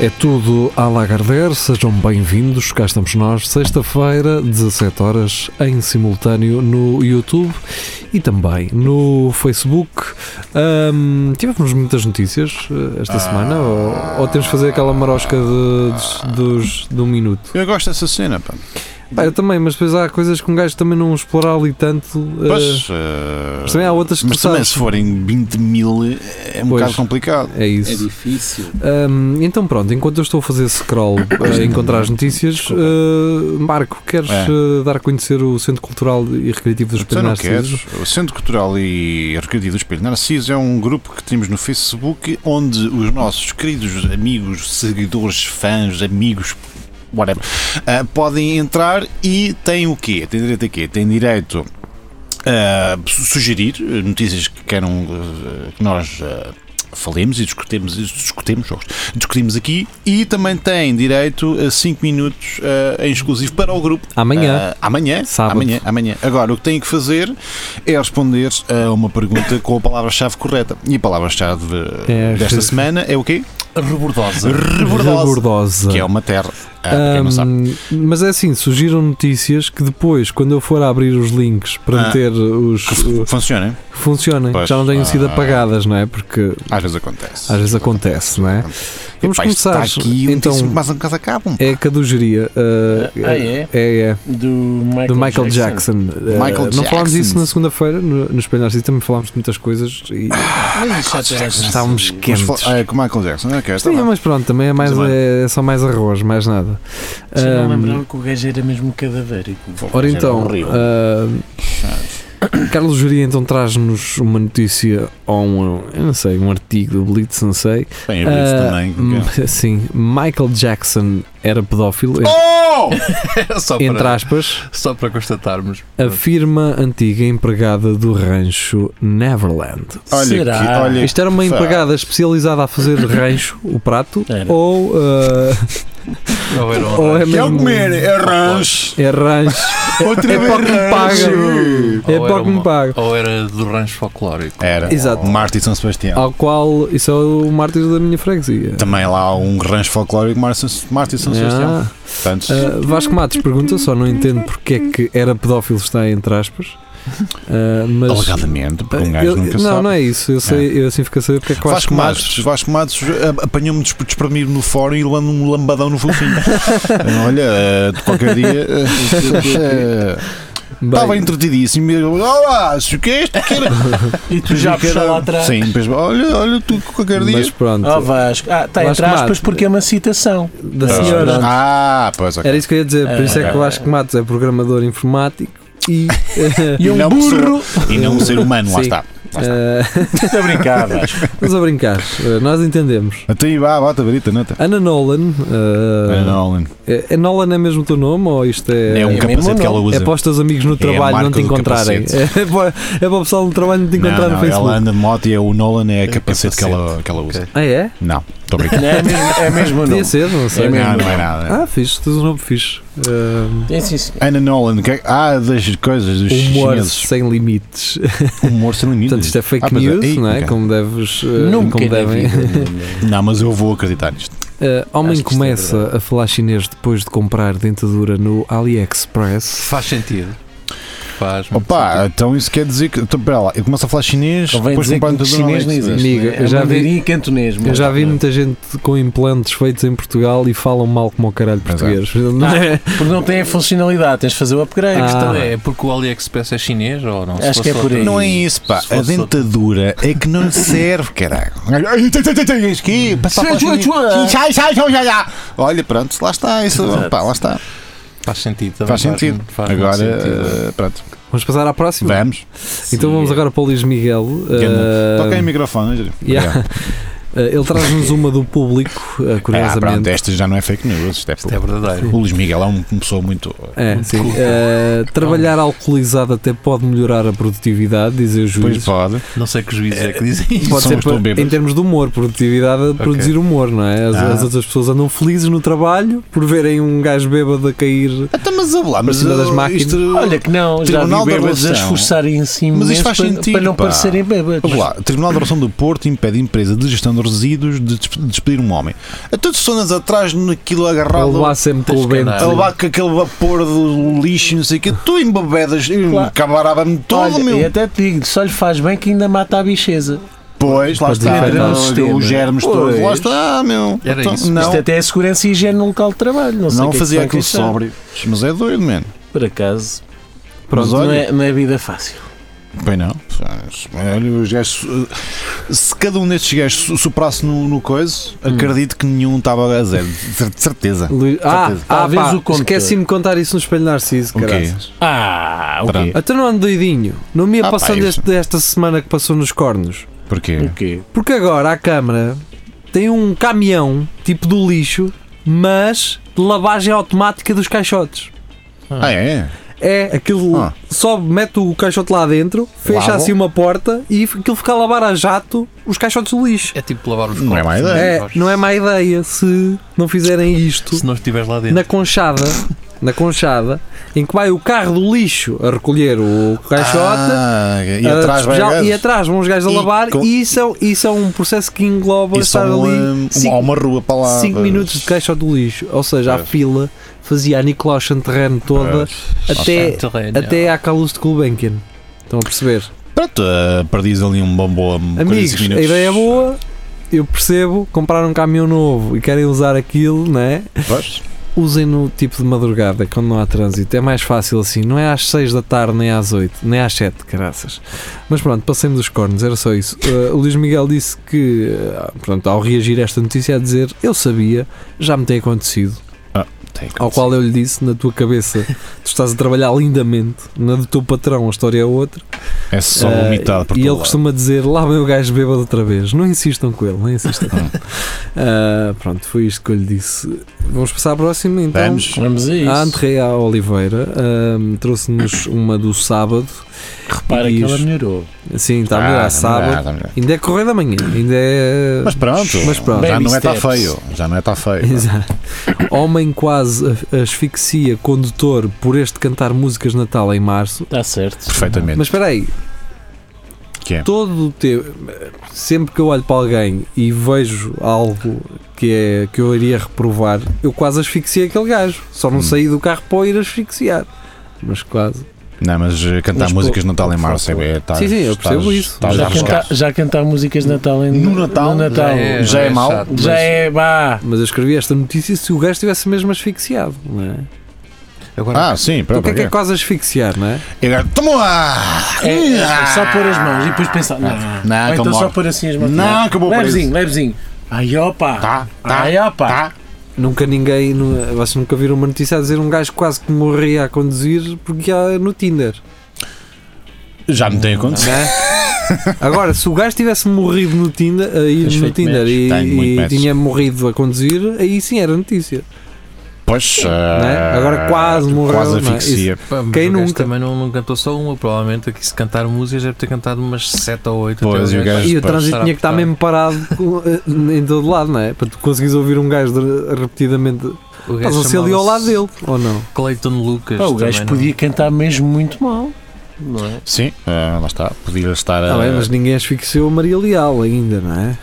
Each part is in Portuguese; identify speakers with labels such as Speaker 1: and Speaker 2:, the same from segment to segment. Speaker 1: É tudo à Lagardère, sejam bem-vindos, cá estamos nós, sexta-feira, 17 horas, em simultâneo no YouTube e também no Facebook. Ahm, tivemos muitas notícias eh, esta semana,
Speaker 2: Ah.
Speaker 1: ou, ou temos de fazer aquela marosca de, dos, dos- de um minuto?
Speaker 2: Eu gosto dessa cena, pá.
Speaker 1: Eh, Pá, eu também, mas depois há coisas que um gajo também não explora ali tanto. eh,
Speaker 2: Pois, eh,
Speaker 1: mas também há outras que
Speaker 2: mas
Speaker 1: tu
Speaker 2: também
Speaker 1: sabes.
Speaker 2: se forem 20 mil é um
Speaker 1: Pois.
Speaker 2: bocado complicado.
Speaker 1: É
Speaker 3: É
Speaker 1: isso.
Speaker 3: difícil.
Speaker 1: Ahm, então pronto, enquanto eu estou a fazer scroll para encontrar as notícias, ah, Marco, queres
Speaker 2: É.
Speaker 1: ah, dar a conhecer o Centro Cultural e Recreativo dos
Speaker 2: Então
Speaker 1: Espelho
Speaker 2: não
Speaker 1: Narciso?
Speaker 2: queres. O Centro Cultural e Recreativo do Espelho Narciso é um grupo que temos no Facebook onde os nossos queridos amigos, seguidores, fãs, amigos, whatever, ah, podem entrar e têm o quê? Têm direito a quê? Têm direito a su- sugerir eh, notícias que queiram eh, que nós eh, falemos e discutimos, discutimos, jogos, discutimos aqui e também têm direito a 5 minutos eh, em exclusivo para o grupo
Speaker 1: Amanhã.
Speaker 2: ah, amanhã,
Speaker 1: Sábado.
Speaker 2: amanhã, amanhã. Agora, o que têm que fazer é responder a uma pergunta com a palavra-chave correta. E a palavra-chave eh,
Speaker 1: É,
Speaker 2: desta
Speaker 1: re-
Speaker 2: semana é o quê?
Speaker 3: Rebordosa.
Speaker 2: Rebordosa.
Speaker 1: Rebordosa.
Speaker 2: Que é uma terra. Ah, para quem não sabe.
Speaker 1: Ahm, mas é assim, surgiram notícias que depois, quando eu for a abrir os links para
Speaker 2: Ah.
Speaker 1: meter os.
Speaker 2: Que fu-
Speaker 1: o-
Speaker 2: Funciona?
Speaker 1: funcionem,
Speaker 2: Pois,
Speaker 1: já não tenham sido
Speaker 2: ah.
Speaker 1: apagadas, não é? Porque
Speaker 2: Às vezes acontece.
Speaker 1: às vezes acontece, não é? Vamos
Speaker 2: Epá, isto
Speaker 1: começar.
Speaker 2: Está aqui,
Speaker 1: Então,
Speaker 2: então, mas um caso acaba.
Speaker 1: é a cadugeria. ah,
Speaker 3: Ah, é?
Speaker 1: É, é.
Speaker 3: Do Michael,
Speaker 1: do Michael Jackson. Eh,
Speaker 2: Michael
Speaker 1: Não falámos
Speaker 2: Jackson.
Speaker 1: disso na segunda-feira, no, no Espelho Narciso, também falámos de muitas coisas e
Speaker 2: Ah,
Speaker 3: Mas isso já toda a gente
Speaker 1: estávamos
Speaker 3: sabia.
Speaker 2: Mas
Speaker 1: quentes.
Speaker 2: fa- ah, com Michael Jackson, ok, está
Speaker 1: Sim,
Speaker 2: bem.
Speaker 1: mas pronto, também é, mais,
Speaker 2: Mas
Speaker 1: é, é só mais arroz, mais nada.
Speaker 3: Já não
Speaker 1: Ahm,
Speaker 3: lembrava que o gajo era mesmo cadavérico. Era
Speaker 1: ora
Speaker 2: um
Speaker 1: então,
Speaker 2: é
Speaker 3: horrível.
Speaker 1: ahm, Carlos Juria então traz-nos uma notícia ou um, eu não sei, um artigo do Blitz, não sei.
Speaker 2: Bem, eu disse
Speaker 1: Ah,
Speaker 2: também. é.
Speaker 1: hum,
Speaker 2: ok.
Speaker 1: Sim, Michael Jackson era pedófilo, en-
Speaker 2: Oh!
Speaker 4: É só,
Speaker 1: entre
Speaker 4: para,
Speaker 1: aspas,
Speaker 4: só para constatarmos.
Speaker 1: afirma antiga empregada do rancho Neverland.
Speaker 2: Olha
Speaker 3: Será?
Speaker 2: É, que- olha
Speaker 1: Isto era uma empregada especializada a fazer de rancho o prato
Speaker 3: Era.
Speaker 1: ou, ah,
Speaker 4: Não era um
Speaker 1: ou é
Speaker 4: rancho.
Speaker 2: que é o
Speaker 1: mesmo
Speaker 2: comer, é rancho.
Speaker 1: é rancho
Speaker 2: Outra
Speaker 1: É
Speaker 2: vez
Speaker 1: para que me
Speaker 2: rancho.
Speaker 1: é
Speaker 4: Ou
Speaker 1: para
Speaker 4: era
Speaker 1: que me
Speaker 4: uma-
Speaker 1: pago.
Speaker 4: Ou era do rancho folclórico.
Speaker 2: Era.
Speaker 1: Exato. Ah.
Speaker 2: Marte e São Sebastião.
Speaker 1: ao qual isso é o mártir da minha freguesia.
Speaker 2: Também lá há um rancho folclórico Marte Marte e São Sebastião.
Speaker 1: Ah,
Speaker 2: Portanto,
Speaker 1: ah, Vasco Matos pergunta, só não entendo porque é que era pedófilo está entre aspas. Ah, mas eh,
Speaker 2: alegadamente, porque um gajo
Speaker 1: Eu-
Speaker 2: nunca
Speaker 1: não,
Speaker 2: sabe.
Speaker 1: não é isso. Eu, sei, eu assim fico a saber porque é que
Speaker 2: Vasco
Speaker 1: Vasco
Speaker 2: Matos,
Speaker 1: Matos.
Speaker 2: Vasco Matos ah, apanhou-me des- desprevenido no fórum e levando um lambadão no focinho. Ah, Olha, ah, de qualquer dia. ah, ah, Estava
Speaker 1: Bem,
Speaker 2: entretidíssimo. e eu, Olá, se o que é isto? que era?"
Speaker 3: E um. tu já puxou lá atrás.
Speaker 2: Sim, depois, olha, olha, tu de qualquer dia.
Speaker 1: mas pronto.
Speaker 3: Oh Vasco. Ah, está entre
Speaker 1: Vasco
Speaker 3: aspas
Speaker 1: Matos.
Speaker 3: porque é uma citação.
Speaker 1: da
Speaker 3: Ah,
Speaker 1: senhora.
Speaker 2: Ah, pois ok.
Speaker 1: Era isso que eu ia dizer, por isso é que o
Speaker 2: Ah,
Speaker 1: Vasco Matos é programador informático e. eh,
Speaker 3: E um
Speaker 2: não
Speaker 3: burro.
Speaker 2: E não um ser humano, lá
Speaker 1: Sim.
Speaker 2: está.
Speaker 1: eh,
Speaker 3: Estou a brincar, Vasco.
Speaker 1: Mas a brincar, eh, nós entendemos.
Speaker 2: Até aí, Então, vá, bota a brita, nota.
Speaker 1: Ana Nolan. eh,
Speaker 2: Olha, Nolan.
Speaker 1: É, é Nolan é mesmo o teu nome ou isto é.
Speaker 2: É um
Speaker 3: mesmo
Speaker 2: capacete que
Speaker 3: não.
Speaker 2: ela
Speaker 1: é
Speaker 2: usa.
Speaker 1: para os teus amigos no
Speaker 2: a
Speaker 1: trabalho
Speaker 2: marca
Speaker 1: não te
Speaker 2: do
Speaker 1: encontrarem.
Speaker 2: capacete.
Speaker 1: É para, é para o pessoal no trabalho não te encontrar
Speaker 2: Não,
Speaker 1: no
Speaker 2: não,
Speaker 1: Facebook.
Speaker 2: ela anda de moto e é o Nolan é a capacete,
Speaker 4: capacete.
Speaker 2: que ela, que ela usa.
Speaker 1: Ah, é?
Speaker 2: Não, estou brincando.
Speaker 3: Não, é mesmo, é mesmo não.
Speaker 1: Podia ser, não sei.
Speaker 3: É mesmo.
Speaker 2: Não, não é nada.
Speaker 1: Ah, fixe, tens um nome fixe. Eh,
Speaker 3: É sim, senhor.
Speaker 2: Ana Nolan, que é- ah, das coisas dos
Speaker 1: humor
Speaker 2: chineses.
Speaker 1: sem limites.
Speaker 2: Humor sem limites.
Speaker 1: Portanto, isto é fake
Speaker 2: Ah, pois é.
Speaker 1: news,
Speaker 2: Ih,
Speaker 1: não é?
Speaker 2: ok.
Speaker 1: Como deves. eh,
Speaker 3: Nunca
Speaker 1: como
Speaker 3: na
Speaker 1: devem.
Speaker 3: vida.
Speaker 2: Não, mas eu vou acreditar nisto.
Speaker 1: Eh, homem
Speaker 3: Acho que isto é
Speaker 1: começa a falar chinês depois de comprar dentadura no AliExpress.
Speaker 4: Faz sentido. Faz. muito
Speaker 2: Opa, então isso quer dizer que. Então, espera lá, eu começo a falar chinês,
Speaker 3: Convém
Speaker 2: depois um
Speaker 3: dizer
Speaker 2: comprar
Speaker 3: que
Speaker 2: tudo
Speaker 3: chinês não existe.
Speaker 1: Amiga,
Speaker 3: né?
Speaker 1: eu
Speaker 3: É
Speaker 1: já vi-
Speaker 3: mandarim e cantonês.
Speaker 1: Eu
Speaker 3: mas-
Speaker 1: já vi muita gente com implantes feitos em Portugal e falam mal como o caralho
Speaker 2: Pois
Speaker 1: português. Não é?
Speaker 3: Porque não tem a funcionalidade, tens de fazer o upgrade.
Speaker 1: Ah.
Speaker 4: sentido. A questão é, é porque o AliExpress é chinês ou não? Se
Speaker 3: Acho que é
Speaker 4: fosse
Speaker 3: por aí.
Speaker 4: outra-
Speaker 2: Não é isso, pá.
Speaker 4: Se
Speaker 2: A
Speaker 4: fosse outra-
Speaker 2: dentadura é que não lhe serve, caralho. Ai, tem, tem, tem, tem, Isso aqui, passa para o chinês. Sai, sai, sai, sai, sai. Olha, pronto, lá está. Isso,
Speaker 3: Exato.
Speaker 2: pá, lá está.
Speaker 4: Faz sentido também.
Speaker 2: Faz sentido.
Speaker 4: faz muito
Speaker 2: Agora,
Speaker 4: sentido.
Speaker 2: eh, pronto,
Speaker 1: Vamos passar à próxima.
Speaker 2: vamos.
Speaker 1: Então vamos agora para o Luís Miguel.
Speaker 2: Que é bom.
Speaker 1: ah,
Speaker 2: Toca aí o microfone, Angélico.
Speaker 1: yeah. Eh, ele traz-nos uma do público, eh,
Speaker 2: Ah, pronto,
Speaker 1: curiosamente.
Speaker 2: esta já não é fake news. Isto é,
Speaker 4: Isto é verdadeiro.
Speaker 2: o Luís Miguel é um- uma pessoa muito.
Speaker 1: É, sim. Eh, trabalhar alcoolizado até pode melhorar a produtividade, dizem os
Speaker 2: Pois
Speaker 1: juízes.
Speaker 2: pode.
Speaker 4: Não sei que juízes é que dizem isto.
Speaker 1: Pode
Speaker 2: São
Speaker 1: ser
Speaker 2: os
Speaker 1: pa-
Speaker 2: tão bêbados.
Speaker 1: em termos de humor, produtividade, produzir humor, não é? As,
Speaker 2: Ah.
Speaker 1: as outras pessoas andam felizes no trabalho por verem um gajo bêbado a cair.
Speaker 2: Até mas a lá,
Speaker 1: Para
Speaker 2: mas
Speaker 1: cima das
Speaker 2: uh,
Speaker 1: máquinas.
Speaker 2: isto-
Speaker 3: Olha que não, já
Speaker 2: Tribunal
Speaker 3: vi
Speaker 2: da
Speaker 3: bêbados a
Speaker 2: Relação.
Speaker 3: esforçarem-se
Speaker 2: Mas
Speaker 3: imenso
Speaker 2: isto faz
Speaker 3: para,
Speaker 2: sentido,
Speaker 3: para não
Speaker 2: pá.
Speaker 3: parecerem bêbados.
Speaker 2: Vamos lá, Tribunal de Oração do Porto impede empresa de gestão de resíduos de desp- de despedir um homem. A todos os sonas atrás naquilo
Speaker 1: Ele
Speaker 2: agarrado.
Speaker 1: levar sempre com o
Speaker 4: Tens que
Speaker 1: vento.
Speaker 4: andar.
Speaker 2: A levar com aquele vapor do lixo, não sei o quê. Tu embebedas, eu
Speaker 3: Claro.
Speaker 2: acabarava-me todo,
Speaker 3: Olha,
Speaker 2: meu.
Speaker 5: é
Speaker 3: e até te digo, só lhe faz bem que ainda mata a bicheza.
Speaker 2: Pois, lá
Speaker 1: Pode
Speaker 2: está.
Speaker 1: entrar no
Speaker 3: sistema.
Speaker 2: Os germes todos. Lá
Speaker 3: Pois.
Speaker 2: está, meu. Então,
Speaker 4: Era isso.
Speaker 2: Não,
Speaker 3: Isto até é segurança e higiene no local de trabalho. Não, sei o
Speaker 2: não
Speaker 3: que é que
Speaker 2: fazia
Speaker 3: se vai
Speaker 2: aquilo
Speaker 3: queixar.
Speaker 2: sóbrio. Mas é doido, mano.
Speaker 3: Por acaso,
Speaker 2: Mas
Speaker 3: não
Speaker 2: olha-
Speaker 3: é, não é vida fácil.
Speaker 1: é?
Speaker 2: Bem, não. Mas, Olha, os gajos. uh, Se cada um destes gajos su- superasse no, no coisa,
Speaker 1: Hum.
Speaker 2: acredito que nenhum estava a zero. De cer- de certeza.
Speaker 1: Lu- Ah,
Speaker 2: certeza.
Speaker 1: ah
Speaker 3: Talvez
Speaker 1: pá,
Speaker 3: o condutor.
Speaker 1: esqueci-me de contar isso no Espelho Narciso,
Speaker 2: O
Speaker 1: caralho.
Speaker 2: quê?
Speaker 3: Ah, o quê?
Speaker 1: Até não ando doidinho. Não me ia
Speaker 2: Ah, pá,
Speaker 1: passando
Speaker 2: isso.
Speaker 1: este- desta semana que passou nos cornos.
Speaker 2: Porquê?
Speaker 1: Hum.
Speaker 3: O quê?
Speaker 1: Porque agora a Câmara tem um caminhão, tipo do lixo, mas de lavagem automática dos caixotes.
Speaker 2: Ah, é?
Speaker 1: É, aquilo
Speaker 2: Ah.
Speaker 1: sobe, mete o caixote lá dentro, fecha
Speaker 2: Lava.
Speaker 1: assim uma porta e f- aquilo fica a lavar a jato os caixotes do lixo.
Speaker 4: É tipo lavar os
Speaker 2: Não
Speaker 4: copos.
Speaker 2: é má ideia.
Speaker 1: É, não é má ideia se não fizerem isto
Speaker 4: Se não estiveres lá dentro.
Speaker 1: na conchada, na conchada, em que vai o carro do lixo a recolher o caixote.
Speaker 2: Ah, e
Speaker 1: a
Speaker 2: atrás vai
Speaker 1: despejá-lo,
Speaker 2: gajos.
Speaker 1: e atrás vão os gajos a
Speaker 2: E
Speaker 1: lavar
Speaker 2: com-
Speaker 1: e isso é, isso é um processo que engloba
Speaker 2: Isso é
Speaker 1: estar
Speaker 2: um, um,
Speaker 1: ali
Speaker 2: há
Speaker 1: 5
Speaker 2: uma rua para lá. pois.
Speaker 1: minutos de caixote do lixo. Ou seja, a
Speaker 2: Pois.
Speaker 1: fila fazia a Nicolau Chanterreno toda
Speaker 2: Pois.
Speaker 1: até,
Speaker 4: Terreno.
Speaker 1: até à Calus de Gulbenkian. Estão a perceber?
Speaker 2: Pronto, uh, perdiz ali um bom boa.
Speaker 1: Amigos, a ideia é boa. Eu percebo, compraram um caminhão novo e querem usar aquilo, não é? Usem no tipo de madrugada, quando não há trânsito. É mais fácil assim. Não é às 6 da tarde, nem às 8, nem às 7, caraças. Mas pronto, passemos dos cornos, era só isso. Uh, o Luís Miguel disse que, uh, pronto, ao reagir a esta notícia, a dizer: Eu sabia, já me tem acontecido. Ao qual eu lhe disse: Na tua cabeça, tu estás a trabalhar lindamente. Na do teu patrão, a história é outra.
Speaker 2: É só
Speaker 1: Ah,
Speaker 2: vomitado
Speaker 1: E
Speaker 2: por todo
Speaker 1: ele
Speaker 2: lado.
Speaker 1: costuma dizer: lá vem o gajo bêbado outra vez. Não insistam com ele, não insistam.
Speaker 2: Hum.
Speaker 1: Ah, pronto, foi isto que eu lhe disse. Vamos passar à próxima então.
Speaker 2: Vamos.
Speaker 3: Vamos a isso.
Speaker 1: A Andrea Oliveira ah, trouxe-nos uma do sábado.
Speaker 3: Repara que ela
Speaker 1: Isso.
Speaker 3: melhorou.
Speaker 1: Sim, está a
Speaker 2: Ah,
Speaker 1: melhorar
Speaker 2: tá
Speaker 1: sábado.
Speaker 2: melhor, tá melhor.
Speaker 1: Ainda é correr da manhã. Ainda é.
Speaker 2: Mas pronto,
Speaker 1: Mas pronto.
Speaker 2: já
Speaker 3: Baby
Speaker 2: não é tá
Speaker 3: steps.
Speaker 2: feio. Já não é tá feio.
Speaker 1: Exato. Homem quase a- asfixia condutor por este cantar músicas de Natal em março.
Speaker 3: Está Tá certo.
Speaker 2: Perfeitamente.
Speaker 1: Mas espera aí,
Speaker 2: É. que é?
Speaker 1: todo o tempo, sempre que eu olho para alguém e vejo algo que, é, que eu iria reprovar, eu quase asfixiei aquele gajo. Só não
Speaker 2: Hum.
Speaker 1: saí do carro para o ir asfixiar. Mas quase.
Speaker 2: Não, mas eh, cantar
Speaker 1: Mas,
Speaker 2: músicas de Natal em
Speaker 1: por
Speaker 2: março
Speaker 1: favor.
Speaker 2: é. tá-
Speaker 1: Sim, sim, eu
Speaker 2: estás-
Speaker 1: percebo isso.
Speaker 2: estás a
Speaker 3: Já,
Speaker 2: arriscar.
Speaker 3: canta, já cantar músicas de Natal em,
Speaker 2: Tá No Natal?
Speaker 3: No Natal.
Speaker 2: Já é mau?
Speaker 4: chato,
Speaker 3: Já
Speaker 4: mas
Speaker 3: é, bah.
Speaker 1: Mas eu escrevi esta notícia se o gajo estivesse mesmo asfixiado, não é?
Speaker 4: Agora,
Speaker 2: Ah, sim,
Speaker 1: Então,
Speaker 2: pronto.
Speaker 1: o que é que é quase asfixiar, não é?
Speaker 2: E agora, toma lá!
Speaker 3: É, é só pôr as mãos e depois pensar. Não,
Speaker 2: Não,
Speaker 3: Ou então
Speaker 2: calma
Speaker 3: só
Speaker 2: lá.
Speaker 3: pôr assim as mãos.
Speaker 2: Ah, Não, acabou por isso.
Speaker 3: Levezinho, levezinho. Ai opa!
Speaker 2: Tá, tá,
Speaker 3: Ai opa!
Speaker 2: tá.
Speaker 1: Nunca ninguém, nu- vocês nunca viram uma notícia a dizer um gajo quase que morria a conduzir porque ia no Tinder,
Speaker 2: Já me tem acontecido.
Speaker 1: não é? Agora, se o gajo tivesse morrido no Tinder, aí
Speaker 3: Tens
Speaker 1: no
Speaker 3: feito
Speaker 1: Tinder e,
Speaker 2: Tenho muito
Speaker 1: e
Speaker 2: matches.
Speaker 1: tinha morrido a conduzir, aí sim era notícia.
Speaker 2: Pois. eh,
Speaker 1: é? Agora quase morreu,
Speaker 2: Quase
Speaker 1: não é?
Speaker 2: asfixia.
Speaker 4: pá, mas
Speaker 1: quem
Speaker 4: o gajo
Speaker 1: nunca?
Speaker 4: também não, não cantou só uma, provavelmente. Aqui se cantar músicas deve ter cantado umas 7 ou 8.
Speaker 2: Pois, e o gajo-
Speaker 1: E o
Speaker 2: Pois,
Speaker 1: trânsito tinha que
Speaker 4: tá?
Speaker 1: estar mesmo parado com- em todo lado, não é? Para tu conseguires ouvir um gajo de- repetidamente.
Speaker 4: O gajo
Speaker 1: Passam-se ali ao lado
Speaker 4: chamava-se
Speaker 1: dele, ou não?
Speaker 4: Clayton Lucas.
Speaker 3: Pá, o
Speaker 4: também
Speaker 3: gajo
Speaker 4: não-
Speaker 3: podia cantar mesmo muito mal. Não é?
Speaker 2: Sim, ah, lá está. Podia estar.
Speaker 1: Está
Speaker 2: ah,
Speaker 1: Tá bem, é, mas ninguém asfixiou a Maria Leal ainda, não é?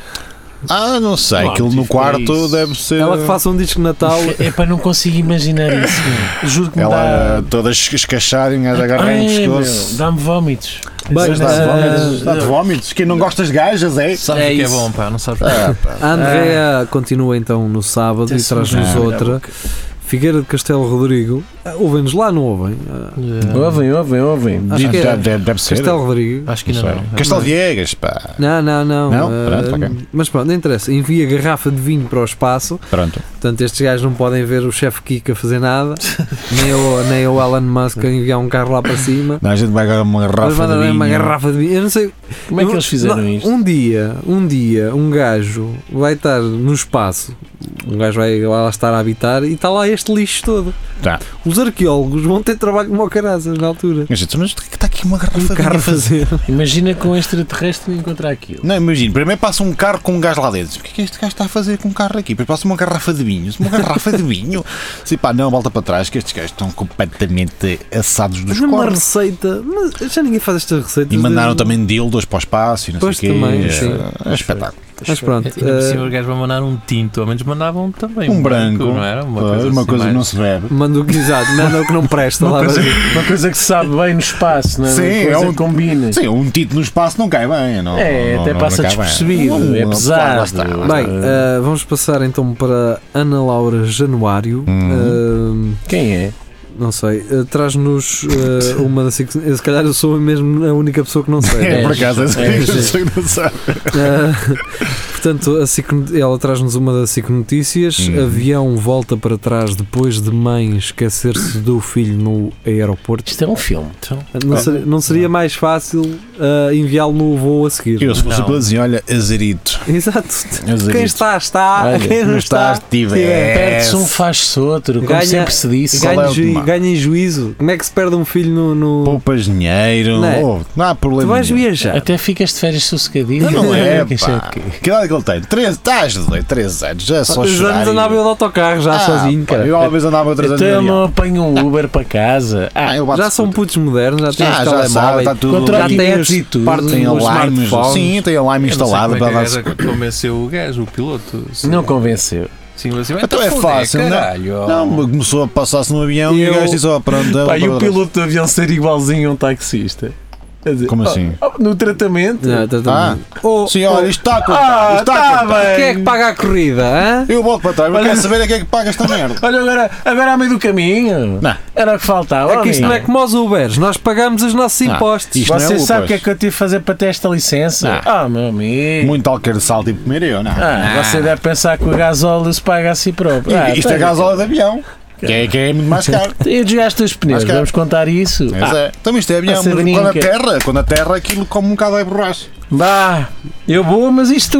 Speaker 2: Ah, não sei.
Speaker 3: Não há
Speaker 2: Aquilo no
Speaker 3: motivo para
Speaker 2: quarto
Speaker 3: isso.
Speaker 2: deve ser.
Speaker 1: Ela que faça um disco de Natal.
Speaker 3: É para não consigo imaginar isso. meu. Juro que me
Speaker 2: Ela
Speaker 3: dá.
Speaker 2: toda escachada, um gajo agarra no
Speaker 3: Ai, meu,
Speaker 2: pescoço.
Speaker 3: Dá-me vómitos.
Speaker 1: Bem,
Speaker 3: Essas
Speaker 5: eh,
Speaker 1: dá-me
Speaker 3: dá-me
Speaker 5: é
Speaker 1: vómitos,
Speaker 2: Dá-te vómitos. Quem não gosta de gajas, é?
Speaker 4: Sabes
Speaker 3: É
Speaker 4: o que é
Speaker 3: isso.
Speaker 1: é,
Speaker 4: bom, pá? Não sabes.
Speaker 2: Ah, pá.
Speaker 1: A Andrea continua então no sábado e
Speaker 3: Tem-se
Speaker 1: traz-nos
Speaker 2: uma-
Speaker 1: outra. Figueira de Castelo Rodrigo. Ah, Ouvem-nos lá, não ouvem? Ah,
Speaker 5: Ouvem, ouvem, ouvem.
Speaker 1: Acho
Speaker 2: Deve-
Speaker 1: que era
Speaker 2: deve, deve ser.
Speaker 1: Castelo Rodrigo.
Speaker 4: Acho que
Speaker 2: Não
Speaker 4: ainda
Speaker 2: sei.
Speaker 4: não.
Speaker 2: Castelo Viegas, pá.
Speaker 1: Não, não, não.
Speaker 2: Não?
Speaker 1: Ah,
Speaker 2: Pronto, ok.
Speaker 1: Mas pronto, não interessa. Envia garrafa de vinho para o espaço.
Speaker 2: Pronto.
Speaker 1: Portanto, estes gajos não podem ver o chefe Kika fazer nada. nem, o, nem o Elon Musk a enviar um carro lá para cima.
Speaker 2: Não, a gente vai agarrar uma
Speaker 1: Mas
Speaker 2: garrafa.
Speaker 1: mandaram
Speaker 2: de
Speaker 1: uma
Speaker 2: vinho.
Speaker 1: garrafa de vinho. Eu não sei.
Speaker 5: Como é que
Speaker 1: Eu-
Speaker 5: eles fizeram
Speaker 1: não,
Speaker 5: isto?
Speaker 1: Um dia, um dia, um gajo vai estar no espaço, um gajo vai lá estar a habitar e está lá este lixo todo.
Speaker 2: Tá.
Speaker 1: Os arqueólogos vão ter trabalho como o caraças na altura.
Speaker 2: Mas gente, mas o que é que está aqui uma garrafa
Speaker 1: Um
Speaker 2: de
Speaker 1: carro
Speaker 2: vinho
Speaker 1: a
Speaker 2: a fazer?
Speaker 1: fazer.
Speaker 5: Imagina com um extraterrestre encontrar aquilo.
Speaker 2: Não, imagina, primeiro passa um carro com um gajo lá dentro. O que é que este gajo está a fazer com um carro aqui? Depois passa uma garrafa de vinho. Uma garrafa de vinho? Sim, pá, não, volta para trás, que estes gajos estão completamente assados dos
Speaker 1: Mas uma
Speaker 2: cornos.
Speaker 1: receita, mas já ninguém faz estas receitas.
Speaker 2: E mandaram
Speaker 1: desde-
Speaker 2: também dildos para o espaço e não
Speaker 1: Pois
Speaker 2: sei o quê.
Speaker 1: também,
Speaker 2: É,
Speaker 1: sim.
Speaker 2: é espetáculo.
Speaker 1: Mas pronto,
Speaker 4: Ainda por cima
Speaker 1: eh,
Speaker 4: os gajos vão mandar um tinto, ao menos mandavam também
Speaker 2: Um branco,
Speaker 4: não era? Uma
Speaker 2: pois,
Speaker 4: coisa,
Speaker 2: uma
Speaker 4: assim
Speaker 2: coisa que
Speaker 4: mais-
Speaker 2: não se bebe.
Speaker 1: manda o que exato, manda o que não presta lá.
Speaker 5: Uma coisa que se sabe bem no espaço, não é?
Speaker 2: Sim,
Speaker 5: Uma coisa
Speaker 2: é um-
Speaker 5: que combina.
Speaker 2: Sim, um título no espaço não cai bem. Não,
Speaker 5: É,
Speaker 2: não-
Speaker 5: até
Speaker 2: não
Speaker 5: passa
Speaker 2: cai bem.
Speaker 5: despercebido,
Speaker 2: Não,
Speaker 5: é
Speaker 2: não,
Speaker 5: pesado.
Speaker 2: lá está, lá está.
Speaker 1: Bem, eh, vamos passar então para Ana Laura Januário. Eh,
Speaker 5: Quem é?
Speaker 1: Não sei, eh, traz-nos eh, uma das. Se calhar eu sou mesmo a única pessoa que não sei.
Speaker 2: É, por acaso, é,
Speaker 5: É,
Speaker 2: isso que
Speaker 5: sim.
Speaker 2: eu sei, não sei.
Speaker 1: Ah, portanto, a SIC no- ela traz-nos uma das SIC Notícias.
Speaker 2: Uhum.
Speaker 1: Avião volta para trás depois de mãe esquecer-se do filho no aeroporto.
Speaker 5: Isto é um filme. Então,
Speaker 1: Não, ser- não seria mais fácil ah, enviá-lo no voo a seguir?
Speaker 2: Eu, se fosse
Speaker 4: Não.
Speaker 2: pela assim, olha, azarito.
Speaker 1: Exato.
Speaker 2: azarito.
Speaker 1: Quem está, está.
Speaker 5: Olha,
Speaker 1: Quem não
Speaker 2: não está,
Speaker 1: É, está,
Speaker 2: estive.
Speaker 5: perde-se um, faz-se outro, como
Speaker 1: Ganha-
Speaker 5: sempre se disse.
Speaker 2: qual
Speaker 1: ganha,
Speaker 2: é o
Speaker 1: juí-
Speaker 2: tema?
Speaker 1: ganha em juízo. Como é que se perde um filho no. no-
Speaker 2: Poupas dinheiro.
Speaker 1: Não é?
Speaker 2: oh, não há
Speaker 1: Tu
Speaker 2: problema.
Speaker 1: vais
Speaker 2: nenhum.
Speaker 1: viajar.
Speaker 5: Até ficas de férias sossegadinho.
Speaker 2: Não é,
Speaker 5: Que sei o
Speaker 2: pá.
Speaker 5: quê.
Speaker 2: Que idade é que ele tem? tá, 13, estás de doido, 13 anos, já é só
Speaker 1: Os
Speaker 2: chorar.
Speaker 1: anos
Speaker 2: e-
Speaker 1: andava eu de autocarro já
Speaker 2: Ah,
Speaker 1: sozinho,
Speaker 2: pá,
Speaker 1: cara.
Speaker 2: Eu uma vez andava 3 anos
Speaker 5: Então
Speaker 2: de
Speaker 5: ele
Speaker 2: avião.
Speaker 5: não apanha um Uber para casa. Ah,
Speaker 2: Ah, eu bato
Speaker 1: Já são
Speaker 2: tudo.
Speaker 1: putos modernos, já têm
Speaker 2: Ah, Já,
Speaker 1: os
Speaker 2: já sabe,
Speaker 1: telemóveis.
Speaker 2: está tudo.
Speaker 5: Contra-
Speaker 1: já
Speaker 5: Tem
Speaker 1: têm
Speaker 5: as-
Speaker 1: atitude,
Speaker 5: parte
Speaker 2: Tem
Speaker 5: em
Speaker 2: a
Speaker 1: os
Speaker 2: Lime,
Speaker 1: smartphones.
Speaker 2: sim, tem a Lime
Speaker 4: Eu não sei
Speaker 2: instalada
Speaker 4: como é
Speaker 2: para
Speaker 4: que a
Speaker 2: dar
Speaker 4: gaja convenceu o gajo, o piloto. Sim,
Speaker 5: não convenceu.
Speaker 4: sim, ele assim, "Vai-te
Speaker 2: Então é
Speaker 4: foder,
Speaker 2: fácil, não?
Speaker 4: caralho, ó."
Speaker 2: Não, mas começou a passar-se no avião e
Speaker 5: Eu-
Speaker 2: o gajo disse: ó, pronto, dá
Speaker 5: Pá, e
Speaker 2: para
Speaker 5: o
Speaker 2: trás.
Speaker 5: piloto do avião ser igualzinho a um taxista? Quer dizer,
Speaker 2: Como
Speaker 5: oh,
Speaker 2: assim?
Speaker 5: oh, no tratamento?
Speaker 1: Não, tá- tá-
Speaker 2: Ah,
Speaker 1: Oh,
Speaker 2: Sim, olha,
Speaker 1: oh,
Speaker 2: isto está a contar.
Speaker 5: Ah,
Speaker 2: Isto está a
Speaker 4: tá,
Speaker 5: está
Speaker 2: contar.
Speaker 5: bem.
Speaker 1: Quem é que paga a corrida? hã?
Speaker 2: Eu volto para trás, mas
Speaker 5: Olha-
Speaker 2: quero saber a que é que paga esta merda.
Speaker 5: Olha, agora, agora a meio do caminho.
Speaker 2: Não.
Speaker 5: Era o que faltava.
Speaker 1: É que isto
Speaker 5: amigo.
Speaker 1: não é como os Ubers, nós pagamos os nossos
Speaker 2: Ah,
Speaker 1: impostos.
Speaker 2: isto- não é
Speaker 5: Você
Speaker 2: Uber.
Speaker 5: sabe o que é que eu tive de fazer para ter esta licença?
Speaker 2: Não.
Speaker 5: Ah, meu amigo.
Speaker 2: Muito alcaçal tipo comer eu, não.
Speaker 5: Ah, você deve pensar que o gasóleo se paga a si próprio. Ah,
Speaker 2: E- Isto
Speaker 5: tá
Speaker 2: é
Speaker 5: aí.
Speaker 2: gasola de avião. Que é, que é muito mais caro.
Speaker 5: E desgasta os pneus,
Speaker 2: Mas, cara,
Speaker 5: vamos contar isso. Ah,
Speaker 2: Mas é. Então isto é avião,
Speaker 5: essa
Speaker 2: mas
Speaker 5: brinca.
Speaker 2: quando a terra, quando a terra aquilo come um bocado de borracha.
Speaker 5: Bah, eu vou, mas isto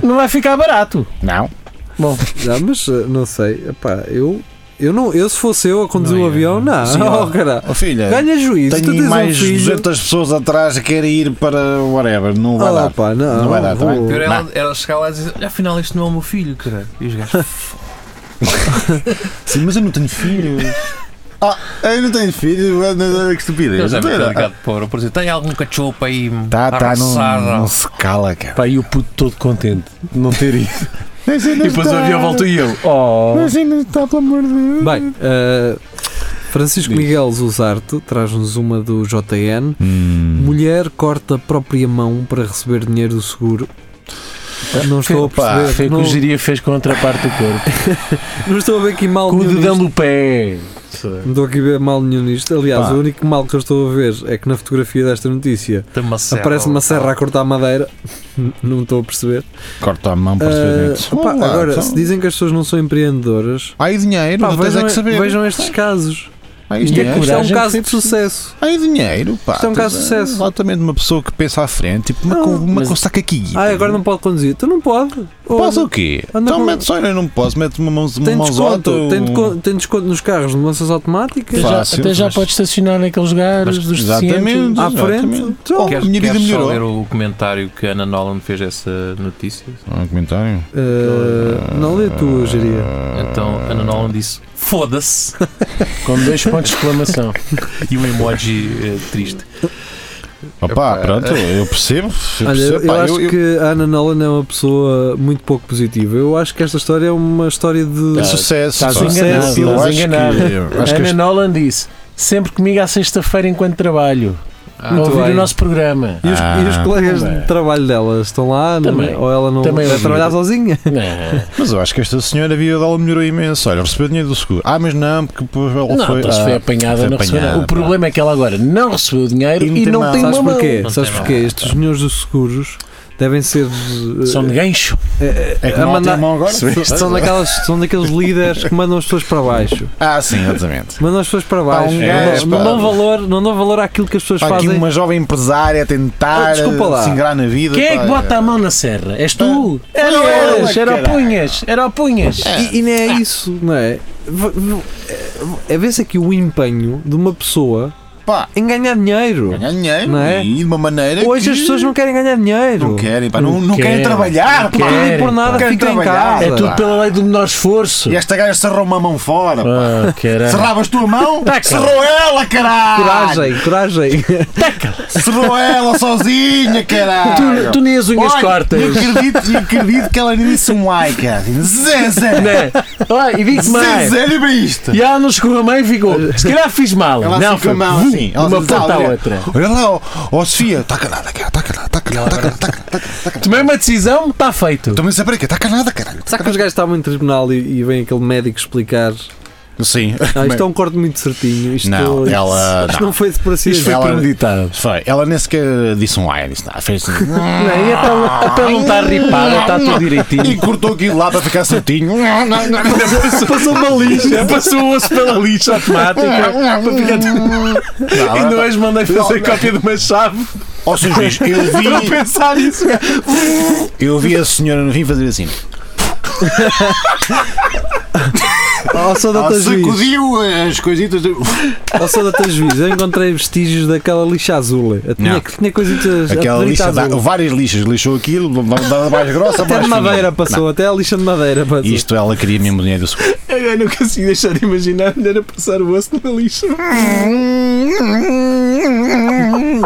Speaker 5: não vai ficar barato.
Speaker 2: Não.
Speaker 5: Bom,
Speaker 1: Não, mas eh, não sei, epá, eu, eu, não, eu se fosse eu a conduzir
Speaker 4: Não
Speaker 1: um
Speaker 4: ia.
Speaker 1: avião, não.
Speaker 2: Sim,
Speaker 1: oh,
Speaker 2: ó.
Speaker 1: cara,
Speaker 2: Ó filha,
Speaker 1: ganha juízo, tu
Speaker 2: tenho
Speaker 1: tens um
Speaker 2: mais
Speaker 1: filho.
Speaker 2: 200 pessoas atrás a querem ir para whatever. Não vai
Speaker 1: Oh,
Speaker 2: dar.
Speaker 1: pá, não,
Speaker 2: vai dar, tá
Speaker 1: vou-
Speaker 2: bem?
Speaker 4: Pior
Speaker 2: Não.
Speaker 4: era ela chegar lá e dizer: "Olha, afinal, este não é o meu filho, cara. E os gajos,
Speaker 2: Sim, mas eu não tenho filhos. ah, eu não tenho filhos. mas
Speaker 1: é
Speaker 2: não- Que
Speaker 4: eu
Speaker 2: estupidez.
Speaker 4: já me
Speaker 2: Espera.
Speaker 4: ligado para por exemplo, tem algum cachopo aí?
Speaker 2: Tá, tá, não,
Speaker 4: arroçado?"
Speaker 2: não se cala, cara.
Speaker 5: pá, e o puto todo contente de não ter ido. E depois o avião voltou e eu. Oh,
Speaker 2: Imagina, está pelo amor de Deus.
Speaker 1: Bem, eh, Francisco Miguel Zuzarte traz-nos uma do JN. Mulher corta a própria mão para receber dinheiro do seguro. Não estou a
Speaker 2: Opa,
Speaker 1: perceber.
Speaker 5: foi o que
Speaker 1: não,
Speaker 5: o Giria fez com outra parte do corpo.
Speaker 1: não estou a ver aqui mal
Speaker 5: Com o
Speaker 1: nenhum nisto.
Speaker 5: dedão do pé.
Speaker 1: Não estou aqui a ver mal nenhum nisto. Aliás,
Speaker 2: Pá.
Speaker 1: o único mal que eu estou a ver é que na fotografia desta notícia
Speaker 4: Tem uma serra.
Speaker 1: aparece uma serra a cortar madeira. Não estou a perceber.
Speaker 2: Corta a mão para
Speaker 1: Ah,
Speaker 2: os
Speaker 1: opá, agora, se dizem que as pessoas não são empreendedoras,
Speaker 2: então. Há aí dinheiro,
Speaker 1: pá,
Speaker 2: não tens é
Speaker 1: vejam,
Speaker 2: que saber.
Speaker 1: vejam estes casos.
Speaker 2: Há aí
Speaker 5: Isto é
Speaker 2: dinheiro.
Speaker 1: Isto é um
Speaker 5: Coragem
Speaker 1: caso
Speaker 5: que
Speaker 1: de
Speaker 5: sempre-
Speaker 1: sucesso.
Speaker 2: Há aí dinheiro, pá.
Speaker 1: Isto é um
Speaker 2: Tens-
Speaker 1: caso de sucesso.
Speaker 2: Exatamente, uma pessoa que pensa à frente, tipo uma,
Speaker 1: Não,
Speaker 2: com, uma
Speaker 5: mas-
Speaker 2: com saca aqui.
Speaker 1: Ah, agora não pode conduzir. Tu não pode. Ou-
Speaker 2: Posso o quê?
Speaker 1: Anda
Speaker 2: então
Speaker 1: com-
Speaker 2: mete só, eu não posso, mete uma mão uma
Speaker 1: tem
Speaker 2: mãozota,
Speaker 1: desconto. Tem,
Speaker 2: um-
Speaker 1: deco- tem desconto nos carros de mudanças automáticas.
Speaker 2: Fácil,
Speaker 5: Já- até já
Speaker 2: mas-
Speaker 5: pode estacionar naqueles lugares
Speaker 4: Mas-
Speaker 5: dos
Speaker 2: Exatamente.
Speaker 5: deficientes.
Speaker 1: à frente.
Speaker 2: exatamente.
Speaker 1: Então,
Speaker 2: Oh,
Speaker 4: Queres,
Speaker 2: minha vida
Speaker 4: queres só
Speaker 2: melhorou.
Speaker 1: um
Speaker 4: ler o comentário que a Ana Nolan fez essa notícia?
Speaker 2: Ah, Um comentário.
Speaker 1: Ah, não lê tu, Geria.
Speaker 2: Ah,
Speaker 4: Então, a Ana Nolan disse: foda-se!
Speaker 5: Com dois pontos de exclamação.
Speaker 4: E um emoji eh, triste.
Speaker 2: Opa,
Speaker 4: Epá.
Speaker 2: pronto, eu percebo. Eu,
Speaker 1: Olha,
Speaker 2: percebo,
Speaker 1: eu,
Speaker 2: pá,
Speaker 1: acho que a Ana Nolan é uma pessoa muito pouco positiva. Eu acho que esta história é uma história de.
Speaker 2: É sucesso.
Speaker 5: Estás
Speaker 2: pá.
Speaker 5: enganado, estás
Speaker 2: Eu acho que-
Speaker 1: É
Speaker 5: enganado.
Speaker 2: eu acho que
Speaker 5: Ana
Speaker 2: este-
Speaker 5: Nolan disse: sempre comigo à sexta-feira enquanto trabalho.
Speaker 4: Ah,
Speaker 1: Muito
Speaker 5: ouvir
Speaker 1: bem.
Speaker 5: o nosso programa.
Speaker 1: E os, e os
Speaker 2: Ah,
Speaker 1: colegas
Speaker 5: também.
Speaker 1: de trabalho dela estão lá? não é?
Speaker 5: Também.
Speaker 1: Ou ela não
Speaker 5: Também
Speaker 1: deve
Speaker 5: ouvi.
Speaker 1: trabalhar sozinha?
Speaker 5: Não,
Speaker 2: Mas eu acho que esta senhora, a vida dela melhorou imenso. Olha, recebeu dinheiro do seguro. Ah, mas não, porque depois ela
Speaker 5: não
Speaker 2: foi.
Speaker 5: então se foi
Speaker 2: ah,
Speaker 5: apanhada,
Speaker 2: foi
Speaker 5: não recebeu nada.
Speaker 2: apanhada,
Speaker 5: O problema é que ela agora não recebeu o dinheiro
Speaker 2: E não
Speaker 5: e
Speaker 2: tem
Speaker 5: não
Speaker 2: mal.
Speaker 5: tem
Speaker 1: Sabes
Speaker 5: uma mão.
Speaker 1: porquê?
Speaker 4: Não
Speaker 1: Sabes
Speaker 4: tem
Speaker 1: porquê?
Speaker 4: mal.
Speaker 1: Estes senhores dos seguros devem ser. eh,
Speaker 5: São de gancho.
Speaker 2: é que
Speaker 1: a
Speaker 2: não há
Speaker 1: mandar-
Speaker 2: mão agora.
Speaker 1: São, daquelas, são daqueles líderes que mandam as pessoas para baixo.
Speaker 2: Ah, sim, exatamente.
Speaker 1: Mandam as pessoas para baixo. É,
Speaker 2: um
Speaker 1: Não dão-
Speaker 2: gajo,
Speaker 1: não,
Speaker 2: pá.
Speaker 1: dão valor, não dão valor àquilo que as pessoas
Speaker 2: Há aqui
Speaker 1: fazem.
Speaker 2: uma jovem empresária a tentar
Speaker 1: Oh, desculpa lá.
Speaker 2: se ingrar na vida.
Speaker 5: Quem é
Speaker 2: pá.
Speaker 5: que bota a mão na serra? És tu? Era
Speaker 2: Não,
Speaker 5: eras,
Speaker 2: ela,
Speaker 5: era o
Speaker 2: Ah, caralho.
Speaker 5: punhas, era o punhas.
Speaker 1: E, e nem é isso, não é? V- v- É vê-se aqui o empenho de uma pessoa
Speaker 2: Pá,
Speaker 1: em ganhar dinheiro.
Speaker 2: ganhar dinheiro
Speaker 1: Não é?
Speaker 2: e de uma maneira.
Speaker 1: Hoje
Speaker 2: que
Speaker 1: as pessoas não querem ganhar dinheiro.
Speaker 2: não querem, pá, não, não
Speaker 5: Não
Speaker 2: querem
Speaker 5: querem.
Speaker 2: trabalhar, pá.
Speaker 5: querem.
Speaker 1: Querem por nada,
Speaker 2: Querem
Speaker 1: ficam em
Speaker 2: trabalhar.
Speaker 1: casa.
Speaker 5: É tudo pela lei do menor esforço.
Speaker 2: E esta gaja cerrou-me a mão fora, pá.
Speaker 5: Ah, caralho.
Speaker 2: Cerravas tu a mão?
Speaker 5: Tá, cara.
Speaker 2: Cerrou ela, caralho!
Speaker 1: Coragem, coragem.
Speaker 2: Cerrou ela sozinha, caralho!
Speaker 5: Tu, tu nem as unhas
Speaker 2: Olha,
Speaker 5: cortas.
Speaker 2: E acredito, e acredito que ela lhe disse um ai, cara. Zé, Zé!
Speaker 5: Né? Olha, e digo-te
Speaker 2: Zé,
Speaker 5: mais.
Speaker 2: Zé, lembra isto!
Speaker 5: E ela não chegou a mãe e ficou. Se calhar fiz mal.
Speaker 2: Ela
Speaker 5: não,
Speaker 2: assim com a
Speaker 5: foi
Speaker 2: mão
Speaker 5: vum,
Speaker 2: assim.
Speaker 5: de
Speaker 2: Ela
Speaker 5: uma
Speaker 2: assim,
Speaker 5: ponta à
Speaker 2: olha,
Speaker 5: outra.
Speaker 2: Olha lá, ó, ó Sofia, taca nada, cara, taca nada, taca nada, taca nada, taca nada.
Speaker 5: Tomei uma decisão, está feito.
Speaker 2: Também sei para quê, taca nada, caralho.
Speaker 1: Sabe que os gajos estavam em tribunal e, e vem aquele médico explicar.
Speaker 2: Sim.
Speaker 1: Ah, isto é um corte muito certinho. Isto,
Speaker 2: Não, ela-
Speaker 1: Isto não, foi de por acidente.
Speaker 2: Isto foi por-
Speaker 5: Premeditado.
Speaker 2: Foi, ela nem sequer disse um ai, disse nada, fez assim.
Speaker 5: Não, e a pele- a pele Então não está ripada, está tudo direitinho.
Speaker 2: E cortou aquilo lá para ficar certinho.
Speaker 5: Passou uma lixa, passou o osso pela lixa automática. E não és mandei fazer cópia de uma chave
Speaker 2: Ó Sr. Juiz, eu
Speaker 5: para
Speaker 2: vi,
Speaker 5: pensar nisso.
Speaker 2: eu vi a senhora no fim fazer assim.
Speaker 1: Oh, sou
Speaker 2: Ela
Speaker 1: doutor juiz.
Speaker 2: sacudiu as coisitas. do-
Speaker 1: Oh, sou doutor juiz. Eu encontrei vestígios daquela lixa azul. Eu
Speaker 2: Não.
Speaker 1: Tinha, tinha coisitas.
Speaker 2: Aquela
Speaker 1: apodrita
Speaker 2: lixa, dá-
Speaker 1: azul.
Speaker 2: várias lixas, lixou aquilo, da mais grossa,
Speaker 1: Até
Speaker 2: mais
Speaker 1: de
Speaker 2: fininha.
Speaker 1: madeira passou, até a lixa de madeira passou.
Speaker 2: Não, Isto ela queria mesmo dinheiro do seguro.
Speaker 5: Agora não consigo deixar de imaginar a mulher a passar o osso na lixa.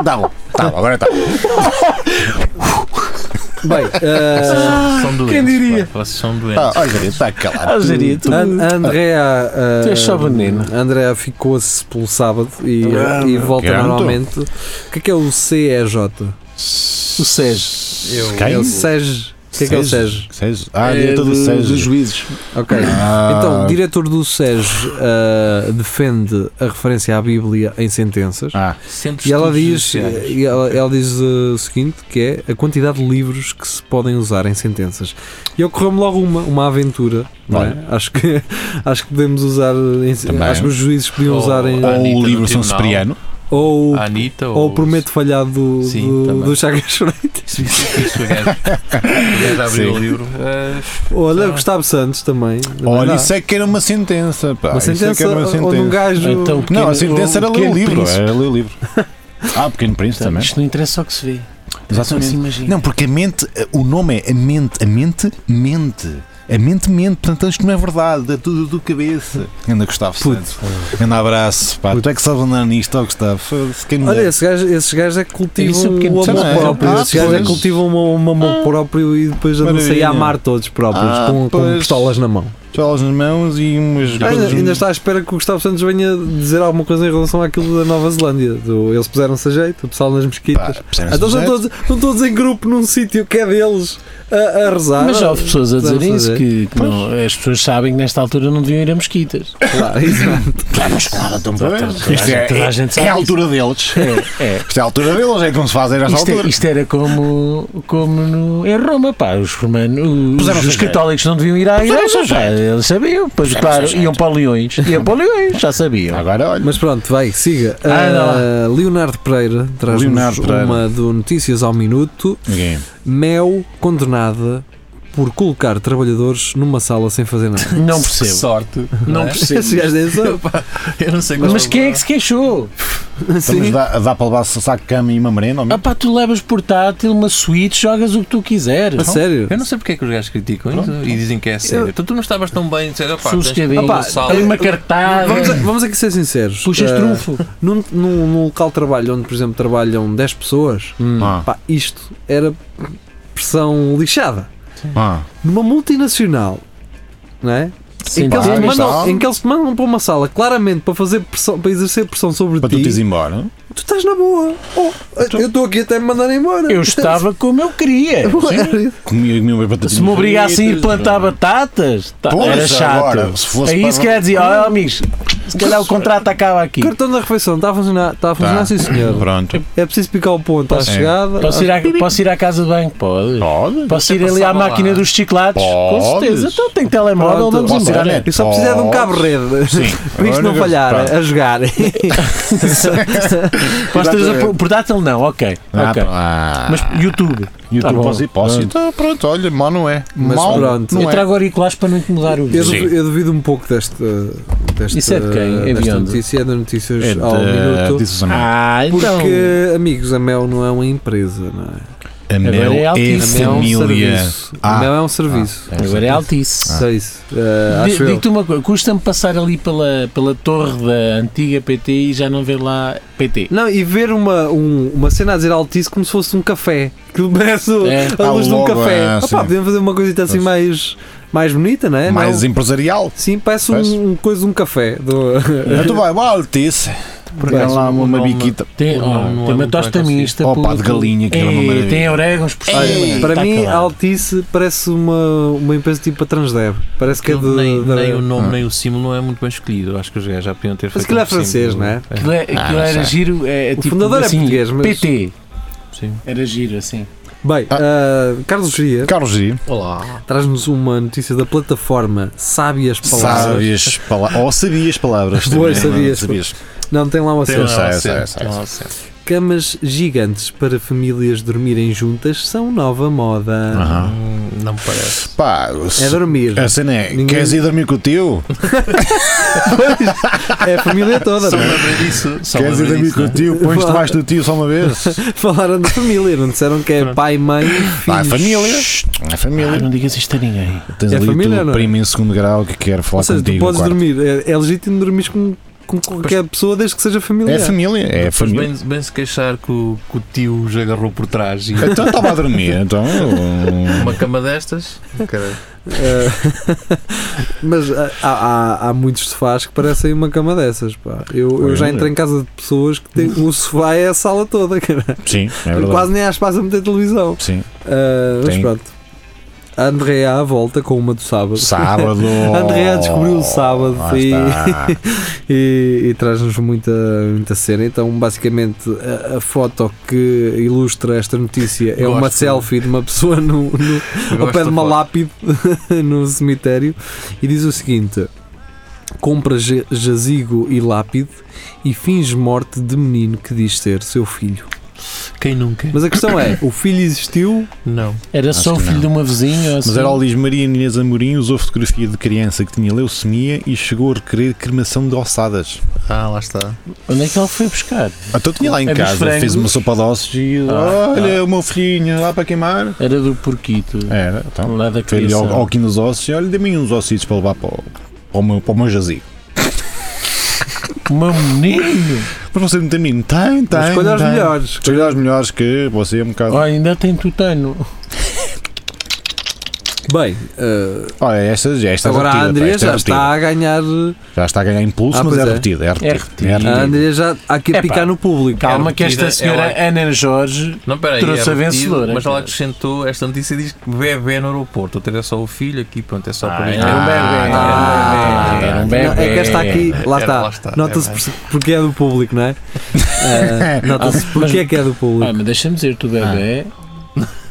Speaker 2: Tá bom, tá bom, agora tá.
Speaker 1: Bem, eh,
Speaker 4: são doentes.
Speaker 5: diria?
Speaker 4: pá, Vocês são doentes.
Speaker 1: Ah,
Speaker 2: Tá, olha, está calado.
Speaker 5: tu,
Speaker 1: An-
Speaker 2: Então,
Speaker 1: a Andrea. eh,
Speaker 5: Tu és só veneno.
Speaker 1: a Andrea ficou-se pelo sábado e,
Speaker 5: Ah,
Speaker 1: e volta
Speaker 2: pronto.
Speaker 1: normalmente. O que é que é o CEJ?
Speaker 5: o SES.
Speaker 4: Eu-
Speaker 2: Quem?
Speaker 1: É o SEJ. O que é que é o SEJ?
Speaker 2: Sejo. Ah, diretor do Ah,
Speaker 5: dos
Speaker 2: Sejo.
Speaker 5: juízes.
Speaker 1: Ok.
Speaker 5: Ah.
Speaker 1: Então, o diretor do SES eh, defende a referência à Bíblia em sentenças.
Speaker 2: Ah,
Speaker 4: Centros
Speaker 1: E ela diz, eh,
Speaker 4: judiciais.
Speaker 1: e ela, ela diz eh, o seguinte, que é a quantidade de livros que se podem usar em sentenças. E ocorreu-me logo uma, uma aventura, não é? Acho que, acho que podemos usar, em-
Speaker 2: Também.
Speaker 1: acho que os juízes podiam
Speaker 4: Ou-
Speaker 1: usar em,
Speaker 4: Ah,
Speaker 2: ou Ah,
Speaker 4: Anitta
Speaker 2: tá, o
Speaker 4: do
Speaker 2: livro São
Speaker 4: Tribunal.
Speaker 2: Cipriano.
Speaker 1: ou,
Speaker 4: A Anitta
Speaker 1: ou o Prometo Falhado do,
Speaker 4: Sim,
Speaker 1: do,
Speaker 4: também.
Speaker 1: do Chagas Freitas.
Speaker 4: Isso, isso, isso, o gajo. O gajo abriu
Speaker 2: Sim.
Speaker 4: o livro. eh,
Speaker 1: Olha,
Speaker 4: Ah.
Speaker 1: o Gustavo Santos também.
Speaker 2: Olha,
Speaker 1: Não.
Speaker 2: isso é que era uma sentença. Pá.
Speaker 1: uma
Speaker 2: Isso é que
Speaker 1: sentença
Speaker 2: era uma
Speaker 1: onde um
Speaker 2: sentença.
Speaker 1: gajo...
Speaker 5: Então,
Speaker 2: Não, a
Speaker 5: Pequeno-
Speaker 2: sentença era
Speaker 1: um
Speaker 5: o
Speaker 2: ler o
Speaker 5: Pequeno
Speaker 2: livro.
Speaker 5: Príncipe.
Speaker 2: Era ler o livro. Ah, Pequeno Príncipe também.
Speaker 5: Isto não interessa ao que se vê. Interessa ao que se imagina.
Speaker 2: Não, porque a mente, o nome é a mente, a mente mente. A mente mente, portanto isto não é verdade, é tudo do cabeça. Anda Gustavo
Speaker 1: Puto.
Speaker 2: Santos. Anda abraço, pá. Tu é que sabes andar nisto, ó Gustavo. Foda-se, quem me
Speaker 1: Olha,
Speaker 2: dera.
Speaker 1: esse gajo- esses gajos é que
Speaker 5: Isso é
Speaker 1: cultivam
Speaker 5: pequeno Ah.
Speaker 1: o amor
Speaker 2: também.
Speaker 1: próprio.
Speaker 2: Ah,
Speaker 1: esses gajos é que
Speaker 2: pois.
Speaker 1: cultivam o um amor próprio e depois andam-se aí
Speaker 2: Maravilha.
Speaker 1: a amar todos próprios,
Speaker 2: Ah,
Speaker 1: com, com
Speaker 2: pois.
Speaker 1: pistolas na mão.
Speaker 2: Pistolas nas mãos e umas.
Speaker 1: Ainda,
Speaker 2: coisas-
Speaker 1: ainda está à espera que o Gustavo Santos venha dizer alguma coisa em relação àquilo da Nova Zelândia. Do, eles puseram-se a jeito, o pessoal nas mesquitas.
Speaker 2: Pá, percebes
Speaker 1: então estão
Speaker 2: o jeito?
Speaker 1: todos, estão todos em grupo num sítio que é deles a, a rezar.
Speaker 5: Mas já houve pessoas a
Speaker 1: Vamos
Speaker 5: dizer isso,
Speaker 1: fazer.
Speaker 5: que que não- as pessoas sabem que nesta altura não deviam ir a mosquitas.
Speaker 1: Claro, exato.
Speaker 2: Mas claro, então,
Speaker 5: Toda a
Speaker 2: pá,
Speaker 5: gente-
Speaker 2: isto é,
Speaker 5: toda a gente
Speaker 2: é-
Speaker 5: sabe
Speaker 2: é a
Speaker 5: isso.
Speaker 2: altura deles.
Speaker 5: É,
Speaker 2: Isto é a altura deles, é como se faz a esta
Speaker 5: Isto, é-
Speaker 2: altura.
Speaker 5: isto era como, como no, em Roma, pá, os romanos,
Speaker 2: Puseram-se
Speaker 5: os, os
Speaker 2: a jeito.
Speaker 5: católicos não deviam ir à igreja, pá, eles sabiam, pois claro, iam para leões, iam para leões, já sabiam.
Speaker 2: Agora olha.
Speaker 1: Mas pronto, vai, siga.
Speaker 5: Ah, anda lá.
Speaker 1: Ah, Leonardo Pereira traz-nos
Speaker 2: Leonardo Pereira.
Speaker 1: uma do Notícias ao Minuto.
Speaker 2: Ninguém.
Speaker 1: Mel condenada por colocar trabalhadores numa sala sem fazer nada.
Speaker 5: Não
Speaker 4: que
Speaker 5: percebo,
Speaker 4: sorte.
Speaker 5: não
Speaker 4: é?
Speaker 1: Esse
Speaker 5: percebo.
Speaker 1: gajo é só-
Speaker 4: Eu não sei como
Speaker 5: Mas quem é que se queixou?
Speaker 2: Estamos
Speaker 1: Sim.
Speaker 2: dá, dá para levar saco de cama e uma merenda
Speaker 5: Ah
Speaker 2: ao mesmo
Speaker 5: pá, tu levas portátil, uma suíte, jogas o que tu
Speaker 1: A
Speaker 5: quiseres.
Speaker 1: sério?
Speaker 4: Eu não sei porque é que os gajos criticam isso e dizem que é sério. Então tu não estavas tão bem, disseram, pá, tens que ir
Speaker 5: Suscadinho,
Speaker 4: para
Speaker 5: Opa,
Speaker 4: a sala.
Speaker 5: ali uma cartada,
Speaker 1: Vamos, a- vamos aqui ser sinceros.
Speaker 5: puxas
Speaker 1: Ah,
Speaker 5: trunfo.
Speaker 1: num, num- num local de trabalho onde, por exemplo, trabalham 10 pessoas,
Speaker 2: Ah.
Speaker 1: pá, isto era pressão lixada.
Speaker 2: Ah,
Speaker 1: Numa multinacional, não é? Em que, eles
Speaker 2: pá,
Speaker 1: te
Speaker 2: isto
Speaker 1: mandam,
Speaker 2: há-
Speaker 1: em que eles te mandam para uma sala claramente para, fazer pressão, para exercer pressão sobre
Speaker 2: para tu
Speaker 1: ti
Speaker 2: te ires embora.
Speaker 1: tu estás na boa. Oh, eu estou aqui até me mandarem embora. É
Speaker 5: Eu estava como eu queria. sim.
Speaker 2: Comia, comia umas batatinhas
Speaker 5: Se me obrigassem a ir
Speaker 2: fritas,
Speaker 5: plantar
Speaker 2: não.
Speaker 5: batatas, tá-
Speaker 2: Pois,
Speaker 5: era chato. É
Speaker 2: agora, se fosse
Speaker 5: Aí
Speaker 2: para-
Speaker 5: se calhar dizia, ó amigos, se calhar o contrato acaba aqui.
Speaker 1: Cartão da refeição, está a funcionar, está a funcionar
Speaker 2: Tá.
Speaker 1: sim senhor.
Speaker 2: Pronto.
Speaker 1: É preciso picar o ponto à
Speaker 2: Sim.
Speaker 1: chegada.
Speaker 5: Posso ir, à, posso ir à casa de banho? Pode.
Speaker 2: Pode.
Speaker 5: Posso ir
Speaker 4: Você
Speaker 5: ali à
Speaker 4: passava
Speaker 5: máquina
Speaker 4: lá.
Speaker 5: dos chiclados? Com
Speaker 2: Podes.
Speaker 5: certeza. Então tem telemóvel,
Speaker 1: Pronto.
Speaker 5: vamos
Speaker 2: Posso ir à
Speaker 5: embora.
Speaker 2: net?
Speaker 1: Eu só precisar de um
Speaker 2: Podes.
Speaker 1: cabo rede.
Speaker 2: Sim.
Speaker 1: Para isto
Speaker 2: Agora
Speaker 1: não
Speaker 2: nunca-
Speaker 1: falhar, é?
Speaker 2: Pronto.
Speaker 1: a jogar.
Speaker 5: Posso ter-
Speaker 2: Exatamente.
Speaker 5: por- Portátil não, ok.
Speaker 2: Ah,
Speaker 5: ok.
Speaker 2: ah.
Speaker 5: Mas YouTube.
Speaker 2: YouTube
Speaker 5: bom.
Speaker 2: posso ir? Posso ir? Tá, pronto, olha, mal não é.
Speaker 1: Mas
Speaker 2: mal
Speaker 1: pronto.
Speaker 2: não
Speaker 5: Eu
Speaker 2: é.
Speaker 5: trago auriculares para não incomodar o
Speaker 1: Eu,
Speaker 5: vídeo.
Speaker 2: Sim.
Speaker 1: duvido, eu duvido um pouco desta, desta,
Speaker 5: Isso é de quem? É de
Speaker 1: desta
Speaker 5: onde?
Speaker 1: notícia. É da Notícias
Speaker 2: É de-
Speaker 1: ao Minuto.
Speaker 2: disse-se a mim.
Speaker 5: Ah, então.
Speaker 1: Porque, amigos, a Mel não é uma empresa, não é?
Speaker 2: A Mel
Speaker 5: Agora é
Speaker 2: é,
Speaker 5: altíssimo.
Speaker 1: A Mel é um
Speaker 2: família.
Speaker 1: serviço.
Speaker 2: Ah.
Speaker 1: A Mel é um serviço.
Speaker 5: Agora é altice.
Speaker 1: Sei isso.
Speaker 2: eh,
Speaker 1: Ah,
Speaker 5: Di-
Speaker 1: acho eu.
Speaker 5: Digo-te uma coisa, custa-me passar ali pela, pela torre da antiga PT e já não ver lá PT.
Speaker 1: Não, e ver uma, um- uma cena a dizer altice como se fosse um café. Que parece
Speaker 5: É.
Speaker 1: a
Speaker 2: Ah,
Speaker 1: luz de um
Speaker 2: logo,
Speaker 1: café.
Speaker 2: ah,
Speaker 1: Ah,
Speaker 2: sim.
Speaker 1: pá, podemos fazer uma coisita assim
Speaker 2: Pois.
Speaker 1: mais, mais bonita, não é?
Speaker 2: Mais
Speaker 1: Não?
Speaker 2: empresarial.
Speaker 1: Sim, parece
Speaker 2: Parece.
Speaker 1: um, um coisa de um café. Do...
Speaker 2: Tu vai, uma altice. Tem
Speaker 4: acaso,
Speaker 2: lá uma,
Speaker 4: o
Speaker 2: uma
Speaker 4: nome-
Speaker 2: biquita.
Speaker 5: Tem,
Speaker 4: Não,
Speaker 5: oh,
Speaker 4: não é
Speaker 5: tem uma
Speaker 4: muito bem
Speaker 5: tosta
Speaker 4: conseguido.
Speaker 5: mista.
Speaker 2: Oh, pá, de
Speaker 5: puto.
Speaker 2: galinha, que era uma
Speaker 5: Ei,
Speaker 2: maravilha.
Speaker 5: Tem orégãos por cima.
Speaker 2: Ei,
Speaker 5: Está
Speaker 1: Para mim, a
Speaker 5: calado.
Speaker 1: Altice parece uma, uma empresa tipo a Transdev. Parece que é de.
Speaker 4: nem,
Speaker 1: da-
Speaker 4: nem o nome
Speaker 2: Ah.
Speaker 4: nem o símbolo não é muito bem escolhido. Eu Acho que os gajos já podiam ter feito.
Speaker 1: Mas aquilo é
Speaker 4: um símbolo.
Speaker 1: francês, não é?
Speaker 5: Aquilo, é-
Speaker 4: Ah,
Speaker 5: aquilo
Speaker 2: não
Speaker 5: era
Speaker 2: sei.
Speaker 5: giro. É,
Speaker 1: O
Speaker 5: tipo,
Speaker 1: fundador é
Speaker 5: assim,
Speaker 1: português, mas-
Speaker 5: PT.
Speaker 4: Sim.
Speaker 5: Era giro, assim.
Speaker 1: Bem, ah, Carlos Gia
Speaker 2: Carlos G.
Speaker 4: Olá.
Speaker 1: traz-nos uma notícia da plataforma Sábias Palavras.
Speaker 2: Sábias palavras. Ou sabias palavras. também,
Speaker 1: Pois,
Speaker 2: não é?
Speaker 1: sabias. Não, tem lá uma
Speaker 2: Tem
Speaker 1: cena.
Speaker 2: lá. sei, sei, sei.
Speaker 1: Camas gigantes para famílias dormirem juntas são nova moda.
Speaker 2: Aham.
Speaker 4: Não me parece.
Speaker 2: Pá,
Speaker 1: É dormir.
Speaker 2: a cena Ah. é,
Speaker 1: Ninguém-
Speaker 2: queres ir dormir com o tio?
Speaker 1: É a família toda.
Speaker 4: Só
Speaker 1: não
Speaker 4: me
Speaker 1: é?
Speaker 4: lembrei disso. Só me
Speaker 2: Queres ir
Speaker 4: lembrei
Speaker 2: dormir
Speaker 4: disso.
Speaker 2: com o tio? Pões-te debaixo do tio só uma vez?
Speaker 1: Falaram de família, não disseram que é pai, mãe, filhos.
Speaker 2: Pá, é família. É
Speaker 5: Ah,
Speaker 2: família.
Speaker 5: não digas isto a ninguém.
Speaker 2: Tens
Speaker 1: É
Speaker 2: ali
Speaker 1: família,
Speaker 2: o
Speaker 1: não
Speaker 2: teu
Speaker 1: é?
Speaker 2: primo em segundo grau que quer
Speaker 1: Ou
Speaker 2: falar
Speaker 1: seja, tu
Speaker 2: contigo.
Speaker 1: podes
Speaker 2: no quarto.
Speaker 1: dormir. É, é legítimo dormir com, com qualquer pessoa desde que seja familiar.
Speaker 2: É família, é
Speaker 4: Depois
Speaker 2: família.
Speaker 4: bem, bem se queixar que o, que o tio os agarrou por trás e
Speaker 2: Então estava a dormir, então.
Speaker 4: uma cama destas.
Speaker 1: Eh, mas eh, há, há- há muitos sofás que parecem uma cama dessas. Pá. Eu, eu
Speaker 2: Pois
Speaker 1: já
Speaker 2: é.
Speaker 1: entrei em casa de pessoas que têm, o sofá é a sala toda, cara.
Speaker 2: Sim, é verdade.
Speaker 1: quase nem há espaço a meter televisão.
Speaker 2: Sim.
Speaker 1: Eh, mas
Speaker 2: Tem.
Speaker 1: pronto, a Andrea é à volta com uma do sábado.
Speaker 2: Sábado.
Speaker 1: André descobriu o sábado
Speaker 2: Lá
Speaker 1: e-
Speaker 2: está.
Speaker 1: e, e traz-nos muita, muita cena. Então, basicamente, a, a foto que ilustra esta notícia é uma
Speaker 4: Gosto.
Speaker 1: selfie de uma pessoa no, no- ao pé de uma lápide no cemitério e diz o seguinte: compra ja- jazigo e lápide e finge morte de menino que diz ser seu filho.
Speaker 4: Quem nunca?
Speaker 1: Mas a questão é: o filho existiu?
Speaker 4: Não.
Speaker 5: Era só o
Speaker 2: que
Speaker 5: filho
Speaker 2: não.
Speaker 5: de uma vizinha. ou
Speaker 2: Mas
Speaker 5: assim.
Speaker 2: era o Luís Maria Inês Amorim usou fotografia de criança que tinha leucemia e chegou a requerer cremação de ossadas.
Speaker 4: Ah, lá está.
Speaker 5: Onde é que ele foi buscar?
Speaker 2: Então tinha lá em
Speaker 5: É dos
Speaker 2: casa,
Speaker 5: frangos.
Speaker 2: fez uma sopa de ossos e
Speaker 5: Ah,
Speaker 2: olha o meu filhinho lá para queimar.
Speaker 4: tá.
Speaker 5: Era do porquito.
Speaker 4: É,
Speaker 2: Era, então.
Speaker 5: Lá da
Speaker 2: Foi-lhe ao,
Speaker 5: criação.
Speaker 2: ao quinho dos ossos e olha, dê-me uns ossitos para levar para o, para o meu, para o meu jazigo.
Speaker 5: Meu menino!
Speaker 2: Mas você não tem menino? Tem, tem.
Speaker 1: Mas Escolha os
Speaker 2: tem.
Speaker 1: melhores.
Speaker 2: Escolha os melhores que você é um bocado.
Speaker 5: Oh, ainda tem tutano.
Speaker 1: Bem, eh,
Speaker 2: Olha, esta, esta
Speaker 1: agora
Speaker 2: é
Speaker 1: a
Speaker 2: repetida,
Speaker 1: Andrea
Speaker 2: esta é
Speaker 1: já
Speaker 2: repetida.
Speaker 1: está a ganhar.
Speaker 2: Já está a ganhar impulso,
Speaker 1: Ah,
Speaker 2: mas é
Speaker 1: pois é.
Speaker 2: repetida. É repetida.
Speaker 5: É repetida.
Speaker 2: É
Speaker 1: A
Speaker 2: repetida.
Speaker 1: Andrea já há aqui a
Speaker 5: Epá,
Speaker 1: picar no público.
Speaker 5: Calma que esta
Speaker 4: Ela-
Speaker 5: senhora Ana Jorge
Speaker 4: Não, peraí.
Speaker 5: Trouxe
Speaker 4: é
Speaker 5: a
Speaker 4: repetido,
Speaker 5: vencedora,
Speaker 4: Mas ela
Speaker 5: cara.
Speaker 4: acrescentou esta notícia e diz que bebê no aeroporto. Outra é só o filho aqui, pronto, é só para mim.
Speaker 5: era um bebê,
Speaker 2: ah,
Speaker 5: era um
Speaker 1: Não,
Speaker 5: bebê.
Speaker 1: é que esta aqui, lá
Speaker 4: um Era,
Speaker 1: está.
Speaker 4: lá está,
Speaker 1: Nota-se
Speaker 4: é
Speaker 1: por- porque é do público, não é? Ah, Nota-se
Speaker 5: Ah, mas-
Speaker 1: porque é que é do
Speaker 5: Ah,
Speaker 1: público.
Speaker 5: mas deixa-me dizer, tu bebê
Speaker 4: Ah.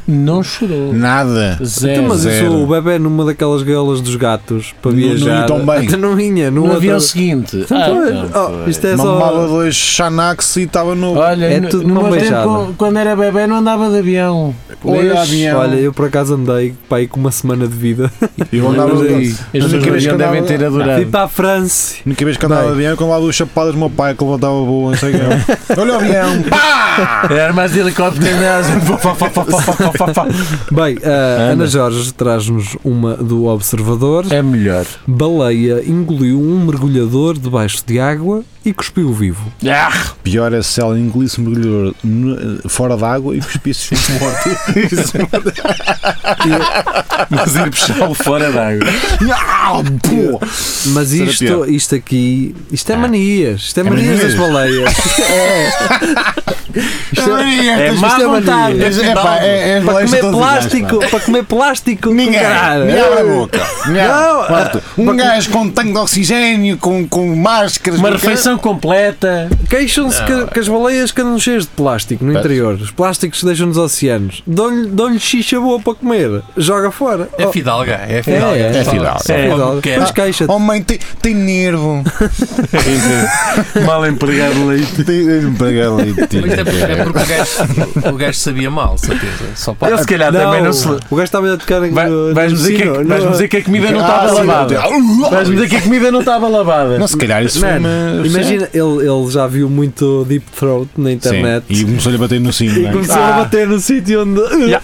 Speaker 5: não chorou.
Speaker 2: Nada.
Speaker 1: Então,
Speaker 5: É Zero.
Speaker 1: mas isso,
Speaker 2: zero.
Speaker 1: o bebê numa daquelas gaiolas dos gatos para
Speaker 2: Não- não ia
Speaker 1: viajar.
Speaker 2: tão bem.
Speaker 1: Até não ia, no
Speaker 5: no
Speaker 1: outro.
Speaker 5: avião seguinte.
Speaker 1: Então,
Speaker 5: Ah,
Speaker 1: pois,
Speaker 5: então,
Speaker 1: oh,
Speaker 5: foi.
Speaker 1: isto é
Speaker 2: Mamava
Speaker 1: só.
Speaker 2: dois Xanax e estava no.
Speaker 5: Olha,
Speaker 1: É
Speaker 5: no-
Speaker 1: tudo
Speaker 5: no
Speaker 1: uma
Speaker 5: meu tempo,
Speaker 1: beijada.
Speaker 5: quando- quando era bebê não andava de avião.
Speaker 2: Olha,
Speaker 5: Vês?
Speaker 2: avião.
Speaker 1: Olha, eu por acaso andei para aí com uma semana de vida.
Speaker 2: eu andava
Speaker 1: mas aí,
Speaker 2: no. A
Speaker 5: As
Speaker 2: única
Speaker 5: pessoas no
Speaker 2: vez que
Speaker 5: avião devem
Speaker 2: andava-
Speaker 5: ter
Speaker 1: Fui
Speaker 5: adorado.
Speaker 1: para a França.
Speaker 2: única vez que andava de
Speaker 1: Bem.
Speaker 2: avião, quando lá duas chapadas do meu pai que levantava boa, não sei o que. Olha o avião! Pá!
Speaker 5: Era mais de helicóptero. né? Fá, fá, fá, fá, fá, fá, fá.
Speaker 1: Bem, a Ana Jorge traz-nos uma do Observador.
Speaker 5: É melhor.
Speaker 1: Baleia engoliu um mergulhador debaixo de água e cuspiu vivo.
Speaker 2: Pior é se ela engolisse um mergulhador no- fora d'água e cuspisse morto.
Speaker 5: Mas ir puxá-lo fora d'água.
Speaker 2: Ah, pô!
Speaker 1: Mas
Speaker 2: Será
Speaker 1: isto,
Speaker 2: pior?
Speaker 1: isto aqui, isto é manias, isto é, manias, das
Speaker 2: manias?
Speaker 1: baleias. é. Isto é,
Speaker 2: É
Speaker 1: é má vontade.
Speaker 2: Mas, é pá, é- é as
Speaker 1: Para
Speaker 2: baleias
Speaker 1: comer
Speaker 2: todas iguais,
Speaker 1: plástico, para comer plástico,
Speaker 2: pá. Ninguém,
Speaker 1: caralho.
Speaker 2: ninguém É, abre a boca. Ninguém
Speaker 1: Não, ah,
Speaker 2: abre. Pronto, um gajo com tanque de oxigênio, com, com máscaras,
Speaker 5: Uma
Speaker 2: com cara-
Speaker 5: refeição completa.
Speaker 1: Queixam-se que, que as baleias andam cheias de plástico no
Speaker 2: Pois.
Speaker 1: interior. Os plásticos deixam nos oceanos. Dão-lhe dão xixa boa para comer. Joga fora.
Speaker 4: É
Speaker 1: Oh,
Speaker 4: fidalga, é fidalga.
Speaker 1: é,
Speaker 2: é fidalga.
Speaker 4: Só
Speaker 5: É,
Speaker 4: come o que
Speaker 1: cuidado.
Speaker 4: quer.
Speaker 1: Mas queixa-te.
Speaker 2: Oh mãe, tem, tem nervo.
Speaker 5: Mal empregado leite.
Speaker 2: Tem um pregado ali.
Speaker 4: Mas é porque, é porque o, gajo, o gajo sabia mal, certeza. Só para...
Speaker 5: Ele se calhar também não se.
Speaker 1: O gajo estava a tocar em.
Speaker 5: Vai-
Speaker 1: no-
Speaker 5: Vais-me
Speaker 1: no
Speaker 5: dizer, que,
Speaker 1: sino,
Speaker 5: a-
Speaker 1: no-
Speaker 5: vais-me dizer que a comida não
Speaker 1: Ah,
Speaker 2: Ah,
Speaker 5: estava lavada. Vais-me dizer que a comida não estava lavada.
Speaker 2: Não, se calhar isso foi
Speaker 1: Mano,
Speaker 2: uma.
Speaker 1: Imagina, ele, ele já viu muito Deep Throat na
Speaker 2: Sim,
Speaker 1: internet.
Speaker 2: e começou-lhe a bater no sino. não é?
Speaker 1: Começou a
Speaker 5: Ah.
Speaker 1: bater no sítio onde.
Speaker 5: Yeah.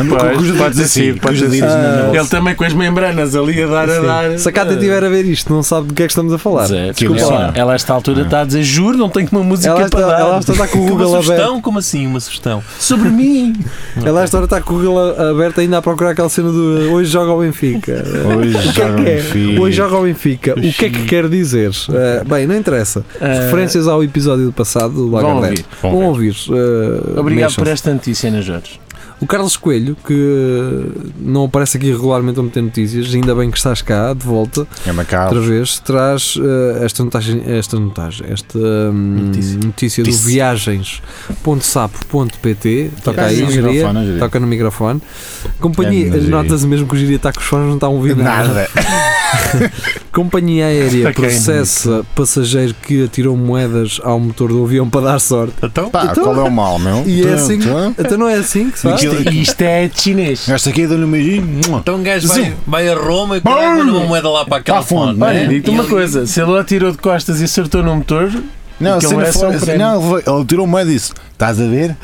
Speaker 2: Anda com-
Speaker 5: Pois,
Speaker 2: com os
Speaker 5: pode
Speaker 2: dedos
Speaker 5: ser sim,
Speaker 2: assim, com os
Speaker 5: pode ser
Speaker 2: dedinhos
Speaker 1: sim.
Speaker 2: na- na
Speaker 5: Ele
Speaker 2: bolsa.
Speaker 5: também com as membranas ali a dar, a dar.
Speaker 1: Se a Cátia estiver a ver isto, não sabe do que é que estamos a falar.
Speaker 5: Zé,
Speaker 2: Que
Speaker 5: Desculpa lá.
Speaker 2: emoção.
Speaker 5: Ela, a esta altura, está a dizer: Juro, não tenho uma música
Speaker 1: Ah. Ela
Speaker 5: para
Speaker 1: está,
Speaker 5: dar.
Speaker 1: ela está a estar com o
Speaker 4: Como uma
Speaker 1: Google é
Speaker 5: um
Speaker 1: aberto.
Speaker 4: sugestão? Como assim uma sugestão?
Speaker 5: Sobre mim.
Speaker 1: Ela esta hora está com o Google a- aberto ainda a procurar aquela cena do eh, hoje joga ao Benfica.
Speaker 2: Hoje
Speaker 1: o que é
Speaker 2: joga
Speaker 1: que
Speaker 2: o
Speaker 1: é?
Speaker 2: Benfica.
Speaker 1: Hoje joga ao Benfica. O que é que quer dizer? Eh, bem, não interessa.
Speaker 5: Ah,
Speaker 1: Referências ao episódio do passado do
Speaker 5: Vão
Speaker 1: Lagardère.
Speaker 5: ouvir.
Speaker 2: Bom,
Speaker 1: Vão ouvir. eh,
Speaker 5: Obrigado por
Speaker 1: mexam-se.
Speaker 5: esta notícia, Ana Jorge.
Speaker 1: O Carlos Coelho, que não aparece aqui regularmente a meter notícias, ainda bem que estás cá, de volta,
Speaker 2: É uma cara.
Speaker 1: outra vez, traz eh, esta notagem, esta, notagem, esta hum, notícia,
Speaker 5: Notícia.
Speaker 1: do
Speaker 2: Notícia.
Speaker 1: viagens.sapo.pt. Toca aí,
Speaker 2: Sim,
Speaker 1: Geria.
Speaker 2: microfone, Angeria.
Speaker 1: Toca no microfone.
Speaker 2: É,
Speaker 1: Companhia,
Speaker 2: mas,
Speaker 1: nota-se mesmo que o Giri está com os fones, não está a ouvir nada.
Speaker 2: Nada.
Speaker 1: Companhia aérea
Speaker 5: Está quem,
Speaker 1: processa passageiro que atirou moedas ao motor do avião para dar sorte.
Speaker 4: Então,
Speaker 2: Pá, qual é o mal, meu?
Speaker 1: E é
Speaker 2: Tum,
Speaker 1: assim,
Speaker 2: tum.
Speaker 1: então não é assim que se faz?
Speaker 2: Aquilo-
Speaker 5: Isto é chinês.
Speaker 2: Esta aqui dá-lhe um beijinho. mua.
Speaker 4: então um gajo vai,
Speaker 2: Sim.
Speaker 4: vai a Roma e coloca
Speaker 2: Bum!
Speaker 4: uma moeda lá para aquela
Speaker 2: Para a fonte,
Speaker 4: fonte.
Speaker 5: Olha,
Speaker 1: É.
Speaker 4: né?
Speaker 5: digo-te
Speaker 4: E
Speaker 5: uma
Speaker 4: ali-
Speaker 5: coisa: se ele atirou de costas e acertou no motor,
Speaker 1: Então
Speaker 2: Não,
Speaker 5: Aquilo
Speaker 2: se não
Speaker 5: é só
Speaker 2: foi
Speaker 5: um
Speaker 2: assim.
Speaker 5: prémio.
Speaker 2: Não, ele- ele tirou uma e disse: Estás a ver?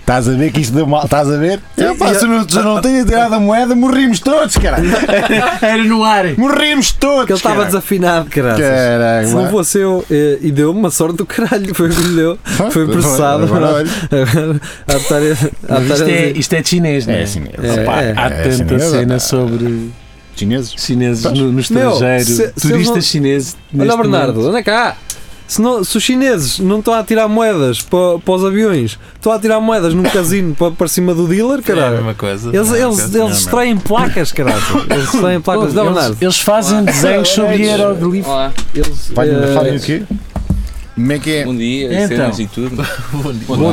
Speaker 2: Estás a ver que isto deu mal? Estás a ver? Eu, pá,
Speaker 1: é-
Speaker 2: se eu não, se eu não tenho tirado a moeda, morrimos todos, caralho.
Speaker 5: era no ar.
Speaker 2: Morrimos todos.
Speaker 1: Porque ele estava
Speaker 2: caralho.
Speaker 1: desafinado, caralho.
Speaker 2: Caralho.
Speaker 1: Se não fosse eu, eh, e deu-me uma sorte do caralho, foi o que lhe deu. foi processado.
Speaker 2: Agora, olha.
Speaker 1: Agora, há de estar- há de
Speaker 5: Isto
Speaker 1: estar a
Speaker 5: é,
Speaker 1: dizer-
Speaker 5: isto é chinês, não é?
Speaker 2: É assim mesmo.
Speaker 1: É,
Speaker 2: Opa,
Speaker 1: é.
Speaker 5: Há
Speaker 2: é assim
Speaker 5: tanta
Speaker 2: mesmo.
Speaker 5: cena sobre
Speaker 2: Chineses.
Speaker 5: chineses no, no
Speaker 1: Meu,
Speaker 5: estrangeiro,
Speaker 1: se- se
Speaker 5: turistas
Speaker 1: eles não-
Speaker 5: chineses.
Speaker 1: Olha,
Speaker 5: neste
Speaker 1: o Bernardo,
Speaker 5: momento.
Speaker 1: anda cá. Se, não- se os chineses não estão a tirar moedas para, para os aviões, estão a tirar moedas num casino para, para cima do dealer,
Speaker 4: É a
Speaker 1: caralho.
Speaker 4: mesma coisa.
Speaker 1: Eles,
Speaker 4: não é?
Speaker 1: eles, eles extraem placas, caralho. Eles extraem placas. Não, Bernardo.
Speaker 5: Eles, eles fazem desenhos sobre hieroglifos.
Speaker 6: Olá,
Speaker 1: Eles, eh,
Speaker 2: Falem o quê? Como é que é?
Speaker 6: bom um dia,
Speaker 5: Então.
Speaker 6: cenas e tudo.
Speaker 1: Bom dia, boa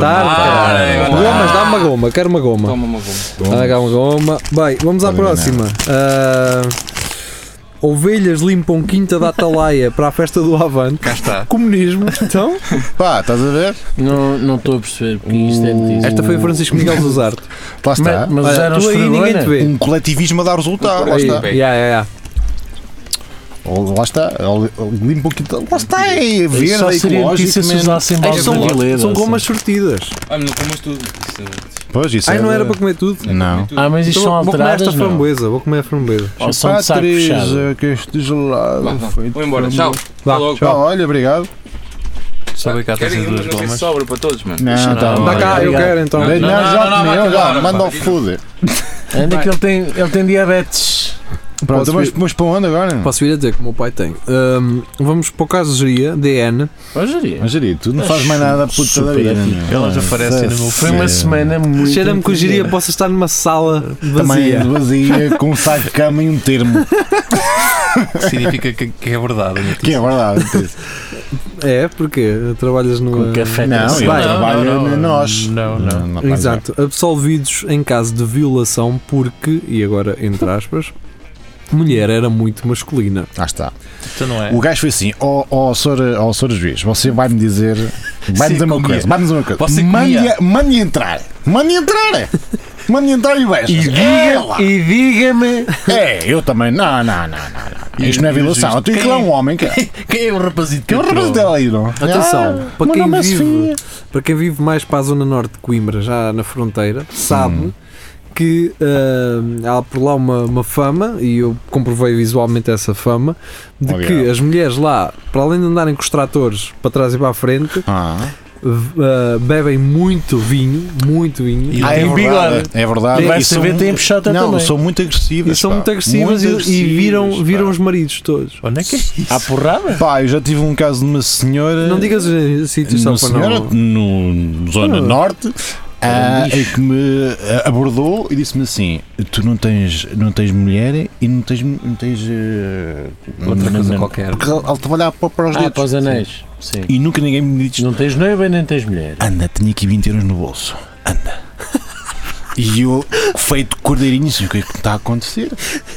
Speaker 1: tarde.
Speaker 4: tarde.
Speaker 1: caralho.
Speaker 4: Boa
Speaker 1: Gomas, dá uma goma, quero uma goma.
Speaker 6: Toma uma bomba.
Speaker 1: Anda cá uma goma. Bem, vamos à
Speaker 2: Olha,
Speaker 1: próxima. Ah, ovelhas limpam quinta da Atalaia para a festa do Avante.
Speaker 4: Cá está.
Speaker 1: Comunismo, então?
Speaker 2: Pá, estás a ver?
Speaker 5: Não não estou a perceber porque isto é notícia.
Speaker 1: Esta foi o Francisco Miguel Zuzarte.
Speaker 2: Lá está.
Speaker 5: Mas, mas
Speaker 1: Olha,
Speaker 5: usaram
Speaker 1: tu aí ninguém te
Speaker 5: esfregona.
Speaker 1: vê.
Speaker 2: Um coletivismo a dar resultado. Lá
Speaker 1: Aí,
Speaker 2: está.
Speaker 1: yeah, yeah, yeah.
Speaker 2: Ou- Lá está. Ou- ou Limpa o quintal. Lá está. É verde,
Speaker 5: Só
Speaker 2: é
Speaker 5: seria notícia
Speaker 2: ecológico.
Speaker 5: se
Speaker 2: man.
Speaker 5: usassem
Speaker 1: Ai,
Speaker 5: baldes de
Speaker 1: É
Speaker 5: assim.
Speaker 1: são,
Speaker 5: vileza.
Speaker 1: são gomas sortidas.
Speaker 6: Ah, mas não comas tudo. Isso
Speaker 2: Pois, isso
Speaker 1: Ai, não era
Speaker 2: é-
Speaker 1: para comer tudo?
Speaker 6: é-
Speaker 2: Não.
Speaker 5: Ah, mas isto
Speaker 1: Então
Speaker 5: são
Speaker 1: vou comer esta
Speaker 5: alteradas, não?
Speaker 1: framboesa, vou comer a framboesa.
Speaker 5: Ou são de saco
Speaker 2: Patrícia,
Speaker 5: fechado?
Speaker 2: que este gelado
Speaker 6: Vá, vá.
Speaker 2: foi
Speaker 6: Vou embora,
Speaker 2: tão
Speaker 6: tchau.
Speaker 2: bom.
Speaker 1: Vá,
Speaker 6: Até logo.
Speaker 2: Tchau, olha, obrigado.
Speaker 4: Sabe cá
Speaker 6: Querem
Speaker 4: tens
Speaker 6: uma
Speaker 4: duas
Speaker 6: não sei se
Speaker 4: gomas.
Speaker 6: sobra para todos, mano.
Speaker 2: Não, tá
Speaker 5: não,
Speaker 2: bom.
Speaker 1: Dá cá, eu
Speaker 5: Obrigado.
Speaker 1: quero então.
Speaker 2: Não,
Speaker 6: não, não,
Speaker 2: já
Speaker 6: não,
Speaker 2: comeu,
Speaker 6: vai
Speaker 2: já,
Speaker 6: acabar,
Speaker 2: manda ao
Speaker 6: pá.
Speaker 2: foder.
Speaker 5: Ainda que ele tem, ele tem diabetes.
Speaker 2: Pronto,
Speaker 1: Posso
Speaker 2: mas,
Speaker 1: vir-
Speaker 2: mas para onde agora?
Speaker 1: Posso vir a dizer que o meu pai tem. Ahm, vamos para o caso Geria, DN.
Speaker 5: Hoje diria.
Speaker 2: Mas Jari, tu não fazes mais nada puta da
Speaker 5: Super
Speaker 2: vida.
Speaker 5: afim.
Speaker 2: meu.
Speaker 4: Elas aparecem no meu
Speaker 5: Foi uma semana muito.
Speaker 1: Cheira-me que o Geria
Speaker 5: inteligente.
Speaker 1: possa estar numa sala
Speaker 2: Também
Speaker 1: vazia.
Speaker 2: vazia, com um saco de cama e um termo.
Speaker 4: Significa que, que é verdade. não é?
Speaker 2: Que é verdade.
Speaker 1: É, porque trabalhas numa.
Speaker 5: Com café
Speaker 2: Não, eu
Speaker 5: trançado.
Speaker 1: Vai.
Speaker 2: trabalho em nós.
Speaker 4: Não, não.
Speaker 2: faz
Speaker 1: Exato, absolvidos em caso de violação porque, e agora entre aspas, mulher era muito masculina.
Speaker 2: bem. Ah, está.
Speaker 4: Então não é.
Speaker 2: O gajo foi assim: ó oh, Sora, oh, Sora Juiz, você vai-me dizer. Vai-me dizer uma
Speaker 4: comia.
Speaker 2: coisa, vai-me dizer uma coisa.
Speaker 4: Você
Speaker 2: Mande-
Speaker 4: comia.
Speaker 2: Mande entrar, mande entrar, mande entrar e veja.
Speaker 5: E
Speaker 2: Ela.
Speaker 5: diga- E diga-me.
Speaker 2: É, eu também. Não, não, não, não. não.
Speaker 4: E
Speaker 2: Isto não é
Speaker 4: o
Speaker 2: violação.
Speaker 4: juiz?
Speaker 2: Eu tenho que lá um homem, cara.
Speaker 4: Quem é o rapazito que
Speaker 2: Tem um
Speaker 4: entrou?
Speaker 2: rapaz dela aí, não?
Speaker 1: Atenção,
Speaker 2: meu
Speaker 1: para, quem
Speaker 2: nome é
Speaker 1: vive,
Speaker 2: Sofia. Hum.
Speaker 1: para quem vive mais para a zona norte de Coimbra, já na fronteira, sabe que ah, há por lá uma, uma fama, e eu comprovei visualmente essa fama, de
Speaker 2: Obrigado.
Speaker 1: que as mulheres lá, para além de andarem com os tratores para trás e para a frente,
Speaker 2: Ah,
Speaker 1: v- ah, bebem muito vinho, muito vinho.
Speaker 2: Ah, é, verdade, é verdade.
Speaker 5: Vai
Speaker 2: E são-
Speaker 5: saber, tem a puxada
Speaker 2: Não,
Speaker 5: também.
Speaker 2: são muito agressivas.
Speaker 1: E são
Speaker 2: pá.
Speaker 1: muito agressivas e-
Speaker 2: Muito
Speaker 1: e,
Speaker 2: agressivas,
Speaker 1: viram,
Speaker 2: pá.
Speaker 1: viram os maridos todos.
Speaker 5: Onde é que é
Speaker 2: À
Speaker 5: isso? porrada?
Speaker 2: Pá, eu já tive um caso de uma senhora.
Speaker 1: Não digas os sítios só
Speaker 2: Eh, uma
Speaker 1: para
Speaker 2: senhora
Speaker 1: não.
Speaker 2: no Zona
Speaker 1: Ah.
Speaker 2: Norte ah, em que me ah, abordou e disse-me assim: Tu não tens, não tens mulher e não tens. Não tens ah,
Speaker 4: Outra
Speaker 2: não-
Speaker 4: coisa
Speaker 2: não-
Speaker 4: qualquer.
Speaker 2: Porque ela ela trabalhava para, para os
Speaker 5: Ah,
Speaker 2: dedos.
Speaker 5: para os anéis. Sim.
Speaker 2: E nunca ninguém me disse:
Speaker 5: Não tens noiva e nem tens mulher.
Speaker 2: Anda, tenho aqui 20 euros no bolso. Anda. E eu, feito cordeirinho, assim, o que é que está a acontecer?